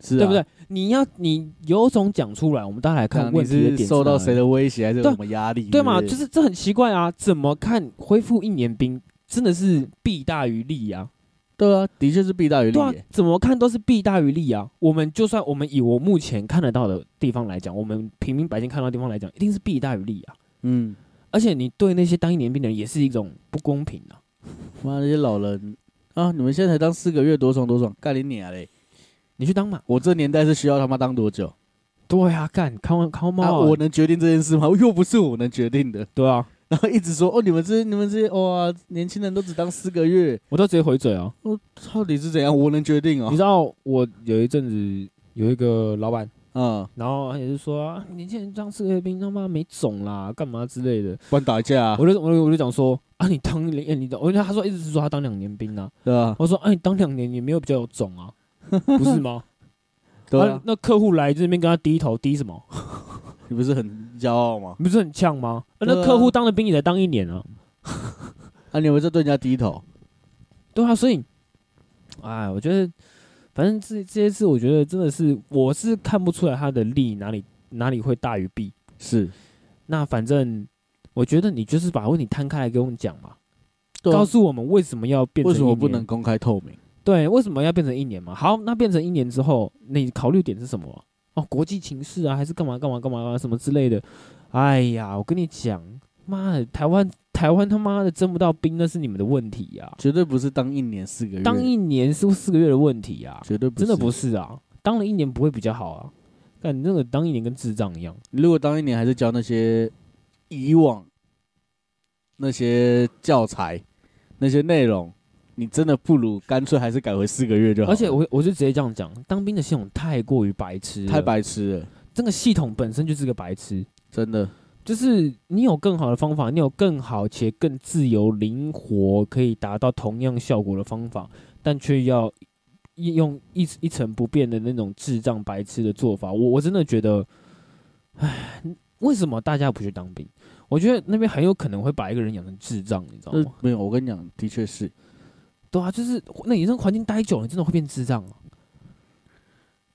Speaker 3: 是啊
Speaker 2: 对不对？？你要你有种讲出来，我们大家来
Speaker 3: 看
Speaker 2: 看
Speaker 3: 啊你
Speaker 2: 问题的
Speaker 3: 是
Speaker 2: 点在
Speaker 3: 受到
Speaker 2: 哪里
Speaker 3: 谁的威胁，还是有
Speaker 2: 对啊
Speaker 3: 什么压力？
Speaker 2: 对嘛？
Speaker 3: 不
Speaker 2: 就是这很奇怪啊，怎么看恢复一年兵真的是弊大于利啊？
Speaker 3: 对啊，的确是弊大于利
Speaker 2: 对啊
Speaker 3: 欸，，
Speaker 2: 怎么看都是弊大于利啊。我们就算我们以我目前看得到的地方来讲，我们平民百姓看到的地方来讲，一定是弊大于利啊。
Speaker 3: 嗯，
Speaker 2: 而且你对那些当一年兵的人也是一种不公平啊。
Speaker 3: 妈那些老人啊，你们现在才当四个月，多爽多爽，干你娘嘞！
Speaker 2: 你去当嘛？
Speaker 3: 我这年代是需要他妈当多久？
Speaker 2: 对啊，干康康
Speaker 3: 啊，
Speaker 2: 猫，
Speaker 3: 我能决定这件事吗？ 又不是我能决定的。
Speaker 2: 对啊，
Speaker 3: 然后一直说哦，你们这些你们这些哇，年轻人都只当四个月，
Speaker 2: 我都直接回嘴啊。
Speaker 3: 到底是怎样？我能决定
Speaker 2: 你
Speaker 3: 哦。
Speaker 2: 知道我有一阵子有一个老板，
Speaker 3: 啊，
Speaker 2: 然后他也是说、啊、年轻人当四个月兵他妈没种啦，干嘛之类的。
Speaker 3: 不然打一架啊，
Speaker 2: 我就我就我就讲说啊，你当两哎你当，我就他说一直是说他当两年兵啊，
Speaker 3: 对啊，
Speaker 2: 我说啊，你当两年也没有比较有种 啊，不是吗？
Speaker 3: 对
Speaker 2: 啊
Speaker 3: 啊，
Speaker 2: 那客户来这边跟他低头低什么？
Speaker 3: 你不是很骄傲吗？
Speaker 2: 你不是很呛吗？啊
Speaker 3: 对
Speaker 2: 那
Speaker 3: 啊
Speaker 2: 客户当了兵也才当一年啊，
Speaker 3: 啊，你们在对人家低头，
Speaker 2: 对啊，所以，哎，我觉得反正这这些事，我觉得真的是我是看不出来他的利哪里哪里会大于弊。
Speaker 3: 是
Speaker 2: 那反正我觉得你就是把问题摊开来给我们讲嘛，
Speaker 3: 对啊
Speaker 2: 告诉我们为什么要变成
Speaker 3: 为什么
Speaker 2: 一
Speaker 3: 不
Speaker 2: 年
Speaker 3: 能公开透明？
Speaker 2: 对，为什么要变成一年嘛？好，那变成一年之后，你考虑点是什么？哦，国际情势啊，还是干嘛干嘛干嘛啊，什么之类的。哎呀，我跟你讲，妈的，台湾台湾他妈的征不到兵，那是你们的问题呀、
Speaker 3: 绝对不是当一年四个月，
Speaker 2: 当一年是四个月的问题呀、
Speaker 3: 绝对不
Speaker 2: 真的不。是啊，当了一年不会比较好啊。干，你那个当一年跟智障一样。
Speaker 3: 如果当一年还是教那些以往那些教材那些内容，你真的不如干脆还是改回四个月就好了。
Speaker 2: 而且我我就直接这样讲，当兵的系统太过于白痴，
Speaker 3: 太，白痴了，
Speaker 2: 这个系统本身就是个白痴。
Speaker 3: 真的。
Speaker 2: 就是你有更好的方法，你有更好且更自由、灵活，可以达到同样效果的方法，但却要一用一一成不变的那种智障白痴的做法。我我真的觉得，唉，为什么大家不去当兵？我觉得那边很有可能会把一个人养成智障，你知道
Speaker 3: 这
Speaker 2: 吗？
Speaker 3: 没有，我跟你讲，的确是
Speaker 2: 对啊，就是那你这环境待久了，你真的会变智障啊。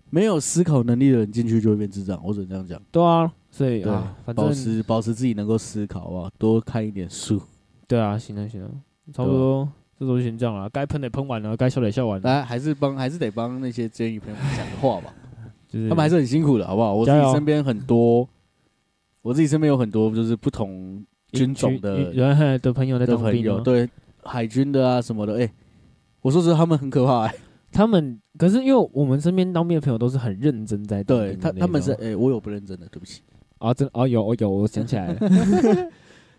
Speaker 3: 没有思考能力的人进去就会变智障，我只能这样讲。
Speaker 2: 对啊，所以
Speaker 3: 对
Speaker 2: 啊，反
Speaker 3: 保
Speaker 2: 正
Speaker 3: 持保持自己能够思考啊，多看一点书。
Speaker 2: 对啊，行了行了，差不
Speaker 3: 啊
Speaker 2: 多这周就先这样了，该喷的喷完了，该笑的笑完了，
Speaker 3: 大家还是帮，还是得帮那些监狱朋友们讲个话吧，
Speaker 2: 就是
Speaker 3: 他们还是很辛苦的，好不好？我自
Speaker 2: 加油
Speaker 3: 己身边很多，我自己身边有很多就是不同军种的
Speaker 2: 人的朋友在
Speaker 3: 的
Speaker 2: 当
Speaker 3: 朋
Speaker 2: 兵啊哦
Speaker 3: 友，
Speaker 2: 吗，
Speaker 3: 对海军的啊什么的，哎、我说实话，他们很 可怕、哎
Speaker 2: 他们可是因为我们身边当兵的朋友都是很认真在当
Speaker 3: 对
Speaker 2: 兵
Speaker 3: 他
Speaker 2: 的那种，
Speaker 3: 他们是哎、我有不认真的，对不起，
Speaker 2: 啊，真哦有哦有，我想起来 了。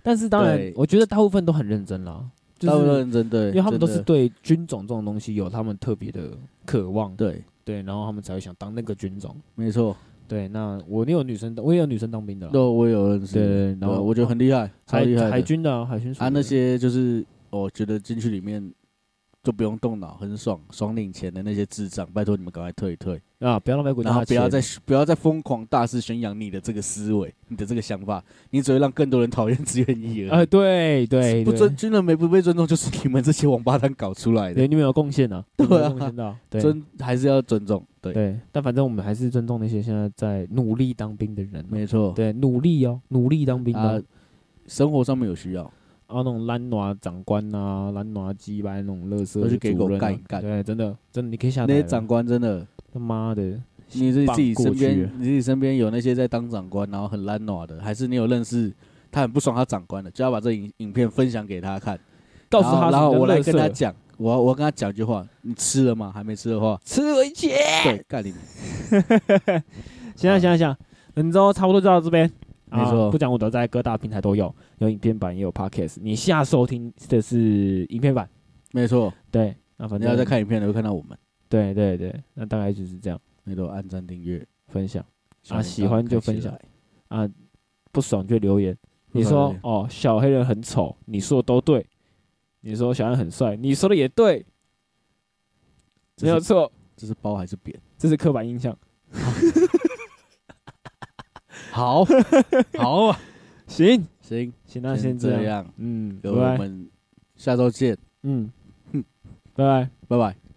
Speaker 2: 但是当然
Speaker 3: 对，
Speaker 2: 我觉得大部分都很认真啦，就
Speaker 3: 他们都
Speaker 2: 是
Speaker 3: 认真，对，
Speaker 2: 因为他们都是
Speaker 3: 真的
Speaker 2: 对军种这种东西有他们特别的渴望，
Speaker 3: 对，
Speaker 2: 对，然后他们才会想当那个军种。
Speaker 3: 没错，
Speaker 2: 对，那我也有女生当，我也有女生当兵的啦，
Speaker 3: 那我有认识，
Speaker 2: 啊对对对然
Speaker 3: 然
Speaker 2: 后
Speaker 3: 后我觉得很厉害，超
Speaker 2: 海
Speaker 3: 厉害的
Speaker 2: 海军的啊海军属的
Speaker 3: 啊，那些就是我觉得进去里面就不用动脑，很爽，爽领钱的那些智障，拜托你们赶快退一退，
Speaker 2: 啊，不要浪费国家
Speaker 3: 然
Speaker 2: 的
Speaker 3: 后不要
Speaker 2: 钱
Speaker 3: 再不要再疯狂大肆宣扬你的这个思维，你的这个想法，你只会让更多人讨厌志愿役而
Speaker 2: 呃，
Speaker 3: 已。
Speaker 2: 对对，
Speaker 3: 不
Speaker 2: 对
Speaker 3: 尊军人没不被尊重，就是你们这些王八蛋搞出来的
Speaker 2: 对，。你们有贡献 啊，
Speaker 3: 对啊
Speaker 2: 你们有贡献到，对
Speaker 3: 尊还是要尊重，对，
Speaker 2: 对，但反正我们还是尊重那些现在在努力当兵的人哦，
Speaker 3: 没错。
Speaker 2: 对，努力哦，努力当兵
Speaker 3: 啊
Speaker 2: 哦，，
Speaker 3: 生活上面有需要，
Speaker 2: 啊，那种懒惰长官啊，懒惰鸡巴那种乐色，
Speaker 3: 都去给狗干一干
Speaker 2: 啊对，真的真的，你可以下
Speaker 3: 那
Speaker 2: 台
Speaker 3: 些
Speaker 2: 了，
Speaker 3: 长官真的，
Speaker 2: 啊他妈的，
Speaker 3: 你自己
Speaker 2: 棒
Speaker 3: 自己
Speaker 2: 过
Speaker 3: 身
Speaker 2: 去
Speaker 3: 边
Speaker 2: 了，
Speaker 3: 你自己身边有那些在当长官，然后很懒惰的，还是你有认识他很不爽他长官的，就要把这影影片分享给他看，
Speaker 2: 告诉
Speaker 3: 然
Speaker 2: 他
Speaker 3: 后
Speaker 2: 什么叫垃圾，
Speaker 3: 然后我来跟他讲，我要我要跟他讲一句话，你吃了吗？还没吃的话，
Speaker 2: 吃回去。
Speaker 3: 对，干你！
Speaker 2: 行啊，行啊，行啊，本周差不多就到这边。啊
Speaker 3: 没错
Speaker 2: 不讲武德在各大平台都有，有影片版也有 podcast。你下收听的是影片版，
Speaker 3: 没错，
Speaker 2: 对，那反
Speaker 3: 你
Speaker 2: 正
Speaker 3: 要再，看影片的会看到我们，
Speaker 2: 对对对，那大概就是这样
Speaker 3: 那都按赞订阅
Speaker 2: 分享
Speaker 3: 小
Speaker 2: 啊，
Speaker 3: 铃铛
Speaker 2: 喜欢就
Speaker 3: 开
Speaker 2: 分
Speaker 3: 起
Speaker 2: 享
Speaker 3: 来
Speaker 2: 啊，不爽就留言。你
Speaker 3: 不爽
Speaker 2: 说
Speaker 3: 就留言
Speaker 2: 哦，小黑人很丑，你说的都对；你说小黑人很帅，你说的也对，
Speaker 3: 这
Speaker 2: 没有
Speaker 3: 是
Speaker 2: 错，
Speaker 3: 这是包还是扁？
Speaker 2: 这是刻板印象。
Speaker 3: 好，好啊，
Speaker 2: 行，
Speaker 3: 行，
Speaker 2: 行，那
Speaker 3: 先
Speaker 2: 先
Speaker 3: 这
Speaker 2: 这样，
Speaker 3: 样，
Speaker 2: 嗯，
Speaker 3: 各
Speaker 2: 拜
Speaker 3: 位，
Speaker 2: 拜，
Speaker 3: 我们下周见，
Speaker 2: 嗯，拜拜。
Speaker 3: 拜拜。